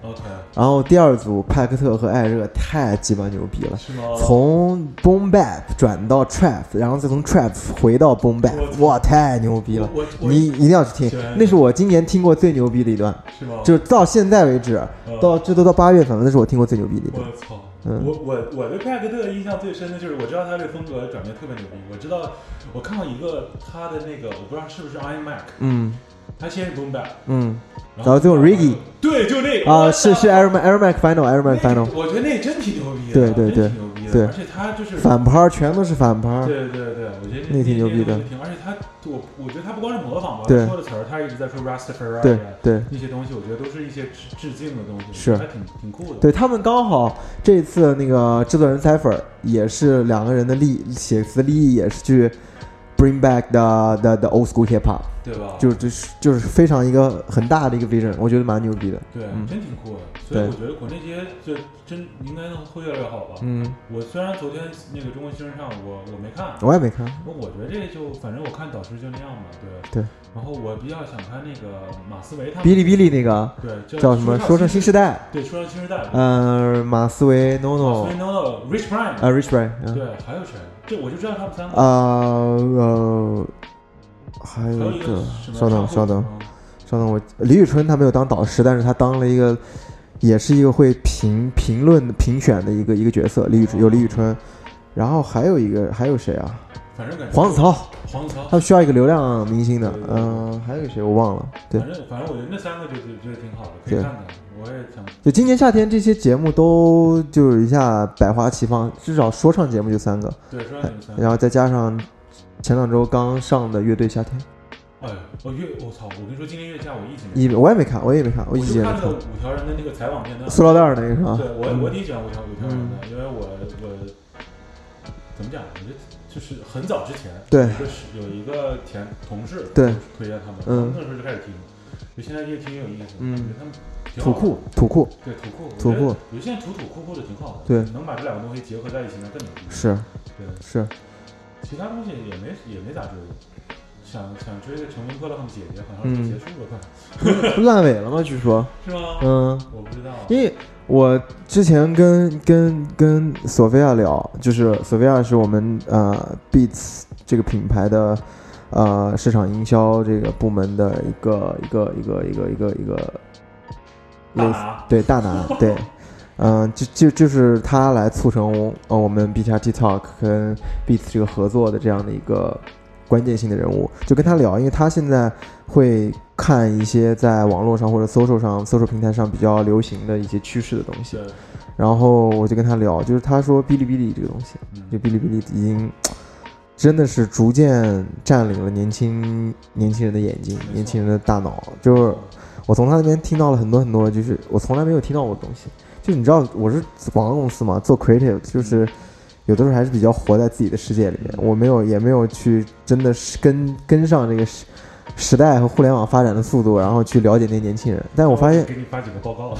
S2: OK，
S1: 然后第二组派克特和艾热太鸡巴牛逼了。
S2: 是吗？
S1: 从 boom bap 转到 trap，然后再从 trap 回到 boom bap，
S2: 我操
S1: 哇，太牛逼了！
S2: 我我
S1: 你一定要去听
S2: 喜欢，
S1: 那是我今年听过最牛逼的一段，
S2: 是吗？
S1: 就是到现在为止，
S2: 嗯
S1: 到这都到八月份了，那是我听过最牛逼的一段。
S2: 我操！
S1: 嗯
S2: 我我我对克莱格特印象最深的就是，我知道他对风格转变特别牛逼。我知道我看过一个他的那个，我不知道是不是 iMac，
S1: 嗯
S2: 他先是 Boom Bap，
S1: 嗯，然后最后 Reggae
S2: 对，就那个
S1: 啊，
S2: 我操
S1: 是是 Air Mac Air Mac Final Air
S2: 那
S1: Mac Final
S2: 我觉得那真挺牛逼的，
S1: 对对
S2: 真挺牛逼的
S1: 对
S2: 而且他就是
S1: 反拍儿全都是反拍儿，
S2: 对对对，我觉得
S1: 那挺牛逼的
S2: 那挺而且他，我我觉得他不光是模仿吧，
S1: 对
S2: 他说的词儿，他一直在说 Rastafari
S1: 对
S2: 啊
S1: 对
S2: 那些东西，我觉得都是一些致致敬的东西，
S1: 是
S2: 还挺挺酷的。
S1: 对，他们刚好这次那个制作人采粉儿也是两个人的利写词立意也是去 bring back the the the old school hip hop，
S2: 对吧？
S1: 就就是就是非常一个很大的一个 vision，我觉得蛮牛逼的。
S2: 对，
S1: 嗯
S2: 真挺酷的。所以
S1: 对
S2: 我觉得国内这些就真应该会越来越好吧。
S1: 嗯，
S2: 我虽然昨天那个中国新说唱我我没看，
S1: 我也没看。
S2: 那我觉得这就反正我看导师就那样嘛，对
S1: 对。
S2: 然后我比较想看那个马思唯他
S1: 哔
S2: 们，
S1: 哩哔哩那个
S2: 对，
S1: 叫什么？说唱新时代。
S2: 对，说唱新时代，
S1: 呃，马思唯、
S2: 所
S1: NONO
S2: 以 No No Rich Brian，
S1: 啊、Rich Brian，嗯
S2: 对，还有谁？这我就知道他们三个。
S1: 啊呃，还
S2: 还
S1: 有
S2: 有
S1: 一
S2: 一
S1: 个
S2: 个，什么
S1: 稍等
S2: 长裤
S1: 稍等
S2: 嗯
S1: 稍等，我李宇春她没有当导师，但是她当了一个，也是一个会评评论评选的一个一个角色。李宇春有李宇春，然后还有一个还有谁啊？
S2: 反正感觉
S1: 黄子，韬，
S2: 黄子韬
S1: 他，们需要一个流量明星的
S2: 对。对对
S1: 嗯、还有谁我忘了。对
S2: 反，正反正我觉得那三个就就就挺好的，可以
S1: 对
S2: 看看。我也想，
S1: 就今年夏天这些节目都就是一下百花齐放，至少说唱节目就三个，
S2: 对，说到你们三个，
S1: 然后再加上前两周刚上的乐队夏天，
S2: 哎，我月，我操！我跟你说，今天月下我一直没
S1: 一我也没看，我也没看，
S2: 看，我
S1: 一集也
S2: 就
S1: 没
S2: 看了
S1: 看。
S2: 五条人的那个采访片段。
S1: 塑料袋儿那个是吧？
S2: 对我，
S1: 嗯
S2: 我挺喜欢五条五条人的，因为我我怎么讲？我觉得就是很早之前，
S1: 对
S2: 有一个是有一个前同事
S1: 对
S2: 推荐他们，
S1: 嗯
S2: 那时候就开始听，就现在越听越有意思，
S1: 嗯
S2: 我觉得他们挺
S1: 土
S2: 好的
S1: 酷土酷
S2: 对土库，
S1: 土库
S2: 我觉得我觉得现在土土库库的挺好的，
S1: 对，
S2: 能把这两个东西结合在一起那更牛逼。
S1: 是
S2: 对，
S1: 是，
S2: 其他东西也没也没咋追，想想追个乘风破浪的姐姐，好像就结束了快，
S1: 烂尾嗯了吗？据说，
S2: 是吗？
S1: 嗯，
S2: 我不知道，
S1: 因为我之前跟跟跟索菲亚聊，就是索菲亚是我们呃 Beats 这个品牌的呃市场营销这个部门的一个一个一个一个一个一个
S2: 大
S1: 类似
S2: 拿
S1: 对大拿对。嗯，就就就是他来促成呃我们 BTRT Talk 跟 Beats 这个合作的这样的一个关键性的人物，就跟他聊，因为他现在会看一些在网络上或者 social 上、social 平台上比较流行的一些趋势的东西。
S2: 对，
S1: 然后我就跟他聊，就是他说哔哩哔哩这个东西，就
S2: 嗯，
S1: 哔哩哔哩已经真的是逐渐占领了年轻年轻人的眼睛
S2: 没错，
S1: 年轻人的大脑，就是我从他那边听到了很多很多，就是我从来没有听到过的东西。就你知道，我是广告公司嘛，做 creative，就是有的时候还是比较活在自己的世界里面。我没有，也没有去真的是跟跟上这个时时代和互联网发展的速度，然后去了解那些年轻人。但是我发现
S2: 给你发几个报告，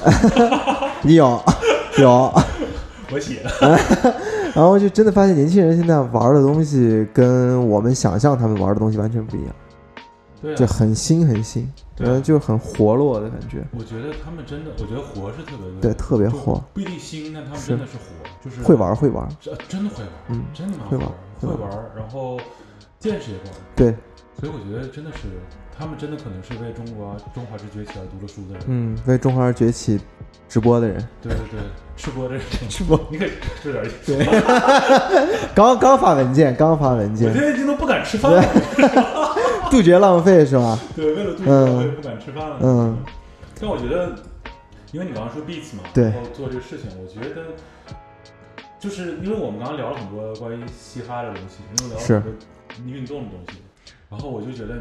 S1: 你有 有，
S2: 我写的，
S1: 然后就真的发现年轻人现在玩的东西跟我们想象他们玩的东西完全不一样，
S2: 对
S1: 就
S2: 啊，
S1: 很新很新，
S2: 对
S1: 嗯，就是很活络的感觉，
S2: 我觉得他们真的，我觉得活是特别
S1: 对，特别火，，
S2: 不一定新，但他们
S1: 是
S2: 真的是活，就是
S1: 会，玩会玩，
S2: 这真的会玩，
S1: 嗯，
S2: 真的蛮
S1: 会
S2: 玩
S1: 玩，
S2: 会
S1: 会玩
S2: 玩，然后见识也广，
S1: 对，
S2: 所以我觉得真的是，他们真的可能是为中国中华之崛起而读了书的人。
S1: 嗯，为中华而崛起直播的人，
S2: 对对对，吃播的人，
S1: 直播
S2: 你可吃点儿。
S1: 对，刚刚发文件，刚发文
S2: 我现
S1: 件，
S2: 在已经都不敢吃饭了。
S1: 杜绝浪费是 吧？
S2: 对，为了肚子，
S1: 嗯
S2: 我也不敢吃饭了。
S1: 嗯。
S2: 但我觉得，因为你刚刚说 beats 嘛，
S1: 对
S2: 然后做这个事情，我觉得就是因为我们刚刚聊了很多关于嘻哈的东西，又聊了
S1: 是
S2: 很多运动的东西，然后我就觉得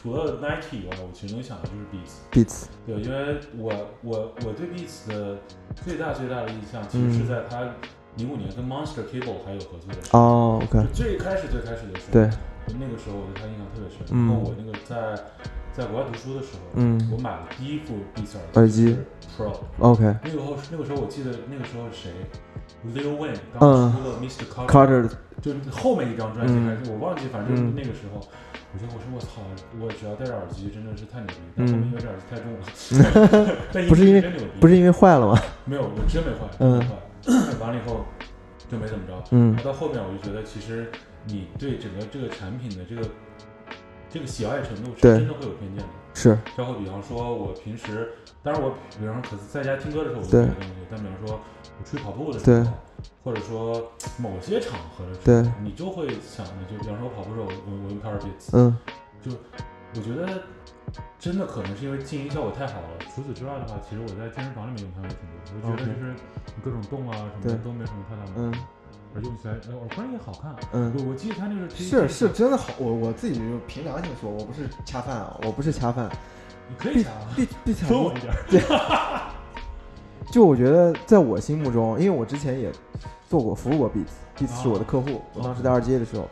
S2: 除了 Nike 以外，我其实能想到就是 beats。
S1: ，beats，
S2: 对，因为我我我对 Beats 的最大最大的印象，其实是在他零五年跟 Monster Cable 还有合作的时候，
S1: 哦，OK，
S2: 就最开始最开始的时候，
S1: 对，
S2: 那个时候我对他印象特别深。
S1: 嗯
S2: 然后我那个在在国外读书的时候，
S1: 嗯
S2: 我买了第一副 Beats
S1: 耳机
S2: Pro，
S1: ，OK，
S2: 那个后那个时候我记得那个时候是谁，Lil Wayne 刚
S1: 嗯
S2: 出了 Mr. Carter，、
S1: Carter，
S2: 就是后面一张专辑
S1: 嗯
S2: 还是、我忘记，反正
S1: 嗯
S2: 那个时候，我就我说我操，我只要戴着耳机真的是太牛逼，但后面因为这耳机太重了。 但
S1: 嗯不是因为
S2: 真牛逼
S1: 不是因为坏了吗？
S2: 没有，我真没坏，
S1: 嗯
S2: 没坏。完了以后就没怎么着。
S1: 嗯
S2: 到后面我就觉得，其实你对整个这个产品的这个这个喜爱程度是
S1: 对
S2: 真的会有偏见的。
S1: 是，
S2: 然后比方说，我平时，当然我比方说可是在家听歌的时候我会
S1: 对
S2: 这个东西，但比方说我出去跑步的时
S1: 对
S2: 候，或者说某些场合的时候，
S1: 对，
S2: 你就会想着，就比方说我跑步的时候，我我用 Power Beats，
S1: 嗯
S2: 我觉得真的可能是因为静音效果太好了。除此之外的话，其实我在健身房里面用它也挺多的。我觉得
S1: 哦 OK
S2: 就是各种动啊什么
S1: 对
S2: 的都没什么太大问题，
S1: 嗯
S2: 而用起来呃耳环也好看。
S1: 嗯，
S2: 我我记得它那个推
S1: 是是，真的好，我我自己就凭良心说，我不是恰饭啊，我不是恰饭，
S2: 你可以想啊，
S1: 必必抢
S2: 分我一点儿。
S1: 就我觉得，在我心目中，因为我之前也做过服务过 Beats，Beats 是
S2: 哦
S1: 我的客户。我当时在二街的时候，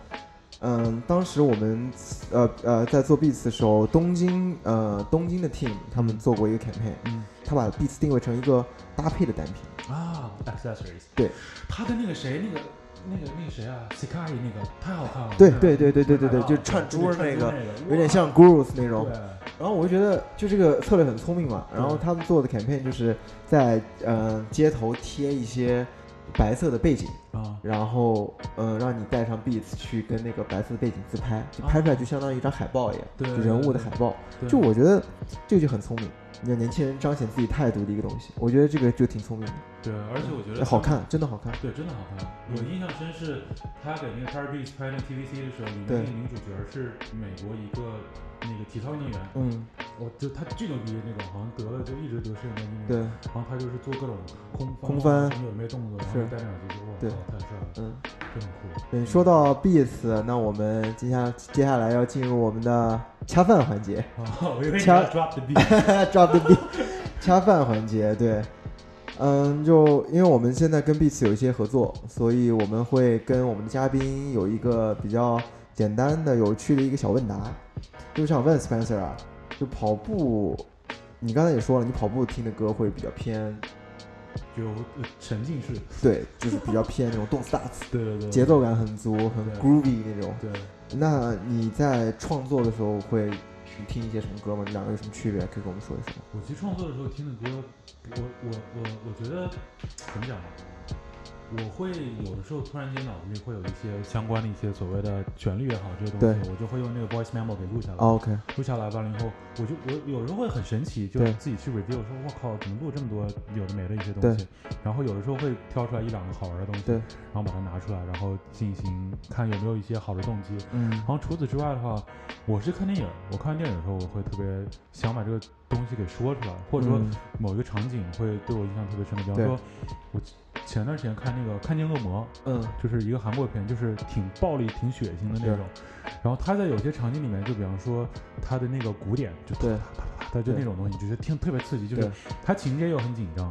S1: 嗯，当时我们呃呃在做 Beats 的时候，东京呃东京的 team 他们做过一个 campaign，
S2: 嗯
S1: 他把 Beats 定位成一个搭配的单品。
S2: 啊，accessories。
S1: 对，
S2: 他跟那个谁那个。那个那个谁啊，Sikari 那个太好看了。
S1: 对
S2: 吧
S1: 对对对对对对
S2: 太好看
S1: 就
S2: 了对
S1: 串珠
S2: 对
S1: 儿
S2: 哦
S1: 那
S2: 串珠
S1: 个
S2: 那
S1: 有点
S2: 哇
S1: 像 Gurus 那种，
S2: 对
S1: 然后我就觉得，就这个策略很聪明嘛。
S2: 对
S1: 然后他们做的 campaign 就是在呃街头贴一些白色的背景，
S2: 啊，
S1: 然后呃，让你带上 beats 去跟那个白色的背景自拍，就拍出来就相当于一张海报一样，
S2: 对
S1: 就人物的海报。
S2: 对
S1: 就我觉得这个就很聪明，你看年轻人彰显自己态度的一个东西，我觉得这个就挺聪明的，
S2: 对，而且我觉得
S1: 好看，嗯真的好看。
S2: 对，真的好看。我印象深是他给那个 Tar Beats 拍那 TVC 的时候，里面那
S1: 对
S2: 个女主角是美国一个那个体操运动员，
S1: 嗯，
S2: 我就她巨牛逼，那个好像得了就一直得世界冠军。，
S1: 对，
S2: 然后她就是做各种空翻
S1: 空
S2: 啊
S1: 翻
S2: 什么有没有动作，然后
S1: 是
S2: 戴上耳机就哇，
S1: 对
S2: 操太帅了，
S1: 嗯，
S2: 真很酷。
S1: 对，说到 beats，那我们接下接下来要进入我们的恰饭环节
S2: 啊，我以为你
S1: 掐
S2: 要 drop the beat，
S1: ，drop the beat，恰饭环节，对。嗯，就因为我们现在跟 Beats 有一些合作，所以我们会跟我们的嘉宾有一个比较简单的、有趣的一个小问答，就是想问 Spencer 啊，就跑步，你刚才也说了，你跑步听的歌会比较偏，
S2: 就呃沉浸式。
S1: 对，就是比较偏那种动次打次，
S2: 对对对，
S1: 节奏感很足、很
S2: 对
S1: groovy 那种。
S2: 对。
S1: 那你在创作的时候会听一些什么歌吗？这两个有什么区别？可以跟我们说一说吗。
S2: 我其实创作的时候听的歌，我我我我觉得怎么讲呢？我会有的时候突然间脑子里会有一些相关的一些所谓的旋律也好，这些东西，
S1: 对
S2: 我就会用那个 voice memo 给录下来。
S1: OK，
S2: 录下来完了以后，我就我有时候会很神奇，就
S1: 对
S2: 自己去 review 说，我靠，怎么录这么多有的没的一些东西？然后有的时候会挑出来一两个好玩的东西，
S1: 对
S2: 然后把它拿出来，然后进行看有没有一些好的动机。
S1: 嗯
S2: 然，后除此之外的话，我是看电影儿，我看完电影儿的时候，我会特别想把这个东西给说出来，或者说
S1: 嗯
S2: 某一个场景会对我印象特别深的。比方
S1: 对
S2: 说，我前段时间看那个《看见恶魔
S1: 嗯》，
S2: 就是一个韩国片，就是挺暴力、挺血腥的那
S1: 是
S2: 种。然后他在有些场景里面，就比方说他的那个鼓点，就
S1: 对
S2: 啪啪啪啪啪，就那
S1: 对
S2: 种东西，你就觉得听特别刺激，就是
S1: 对
S2: 它情节又很紧张。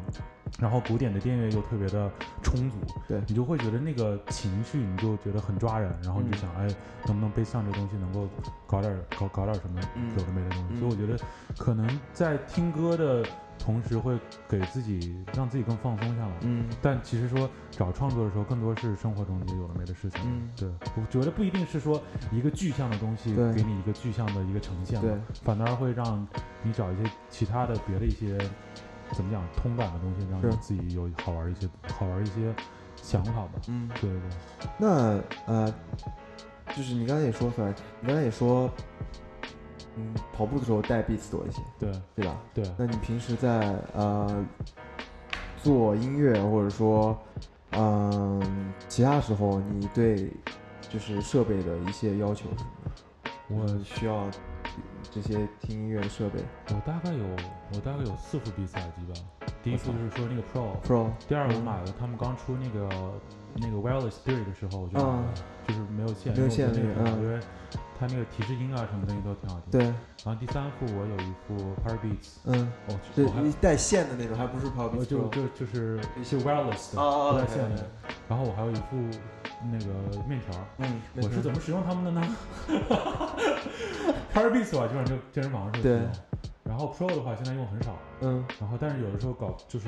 S2: 然后鼓点的电乐又特别的充足，
S1: 对
S2: 你就会觉得那个情绪，你就觉得很抓人，然后你就
S1: 嗯
S2: 想，哎，能不能被像这东西能够搞点儿搞搞点儿什么
S1: 嗯
S2: 有的没的东西。
S1: 嗯
S2: 所以我觉得，可能在听歌的同时，会给自己让自己更放松下来。
S1: 嗯
S2: 但其实说找创作的时候，更多是生活中一些有的没的事情。
S1: 嗯
S2: 对，我觉得不一定是说一个具象的东西
S1: 对
S2: 给你一个具象的一个呈现
S1: 对
S2: 嘛，反而会让你找一些其他的别的一些怎么讲通感的东西，让
S1: 是
S2: 你自己有好玩一些好玩一些想法吧。
S1: 嗯。
S2: 对对对。
S1: 那呃，就是你刚才也说，反正你刚才也说，嗯，跑步的时候带 beats 多一些，
S2: 对
S1: 对吧？
S2: 对，
S1: 那你平时在呃做音乐，或者说嗯、其他时候，你对就是设备的一些要求是什么？
S2: 我
S1: 你需要这些听音乐的设备
S2: 我大概有我大概有四副比萨机吧，第一
S1: 我
S2: 副
S1: 操
S2: 就是说那个 Pro，
S1: ，Pro
S2: 第二我
S1: 嗯
S2: 买了他们刚出那个那个 Wireless Theory 的时候，我就买
S1: 嗯
S2: 了，就是没有线，
S1: 没有线
S2: 那
S1: 那个
S2: 个，
S1: 嗯
S2: 因为它那个提示音啊什么东西都挺好听。。
S1: 对，
S2: 然后第三副我有一副 Power Beats，
S1: 嗯，
S2: 哦，
S1: 对
S2: 我，还
S1: 一带线的那种，还不是 Pro
S2: 我
S1: Beats
S2: 就
S1: Pro。
S2: 就就是是 Wireless
S1: 哦哦
S2: 的，
S1: 哦
S2: 不带
S1: 对
S2: 线
S1: 对
S2: 的。然后我还有一副那个面条儿，
S1: 嗯，那
S2: 我是怎么使用它们的呢 ？Power Beats 我基本上就健身房的时候
S1: 对
S2: 使用，然后 Pro 的话现在用很少。
S1: 嗯
S2: 然后，但是有的时候搞就是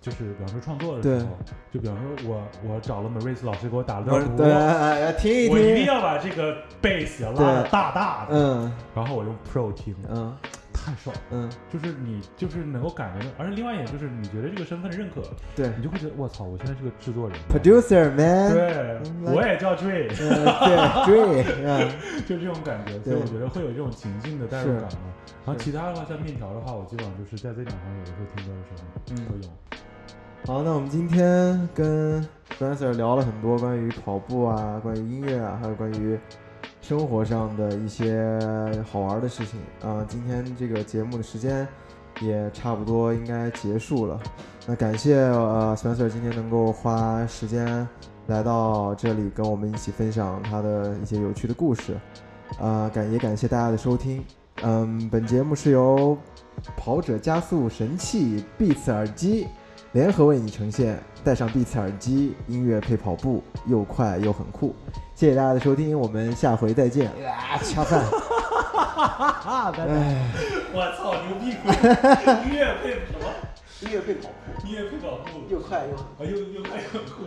S2: 就是，比方说创作的
S1: 对
S2: 时候，就比方说我我找了 m a r i s 老师给我打了
S1: 不
S2: 段
S1: 是
S2: 鼓，
S1: 对，哎哎听一
S2: 我一定
S1: 听，
S2: 要把这个贝斯拉的大大的，
S1: 嗯
S2: 然后我用 Pro 听，
S1: 嗯，
S2: 太爽，
S1: 嗯，
S2: 就是你就是能够感觉到，而且另外一点就是你觉得这个身份认可，
S1: 对
S2: 你就会觉得我操，我现在是个制作人。
S1: ，producer man，
S2: 对，
S1: 嗯
S2: 我也叫 Dre，
S1: 嗯对对，嗯
S2: 就这种感觉，所
S1: 对
S2: 以我觉得会有这种情境的代入
S1: 是
S2: 感嘛。然后
S1: 是
S2: 其他的话，像面条的话，我基本上就是在这两行有的时候听歌的时
S1: 嗯
S2: 候会用。
S1: 好，那我们今天跟 Spencer 聊了很多关于跑步啊、关于音乐啊，还有关于生活上的一些好玩的事情啊、今天这个节目的时间也差不多应该结束了。那感谢呃 Spencer 今天能够花时间来到这里，跟我们一起分享他的一些有趣的故事。啊、感也感谢大家的收听。嗯，本节目是由跑者加速神器 Beats 耳机。联合为你呈现，戴上 Beats 耳机，音乐配跑步，又快又很酷。谢谢大家的收听，我们下回再见。啊，恰饭。哎，
S2: 我操，牛逼鬼！音乐配什么？
S1: 音乐配跑
S2: 音乐配跑步，
S1: 又快又
S2: 啊，又又快又酷。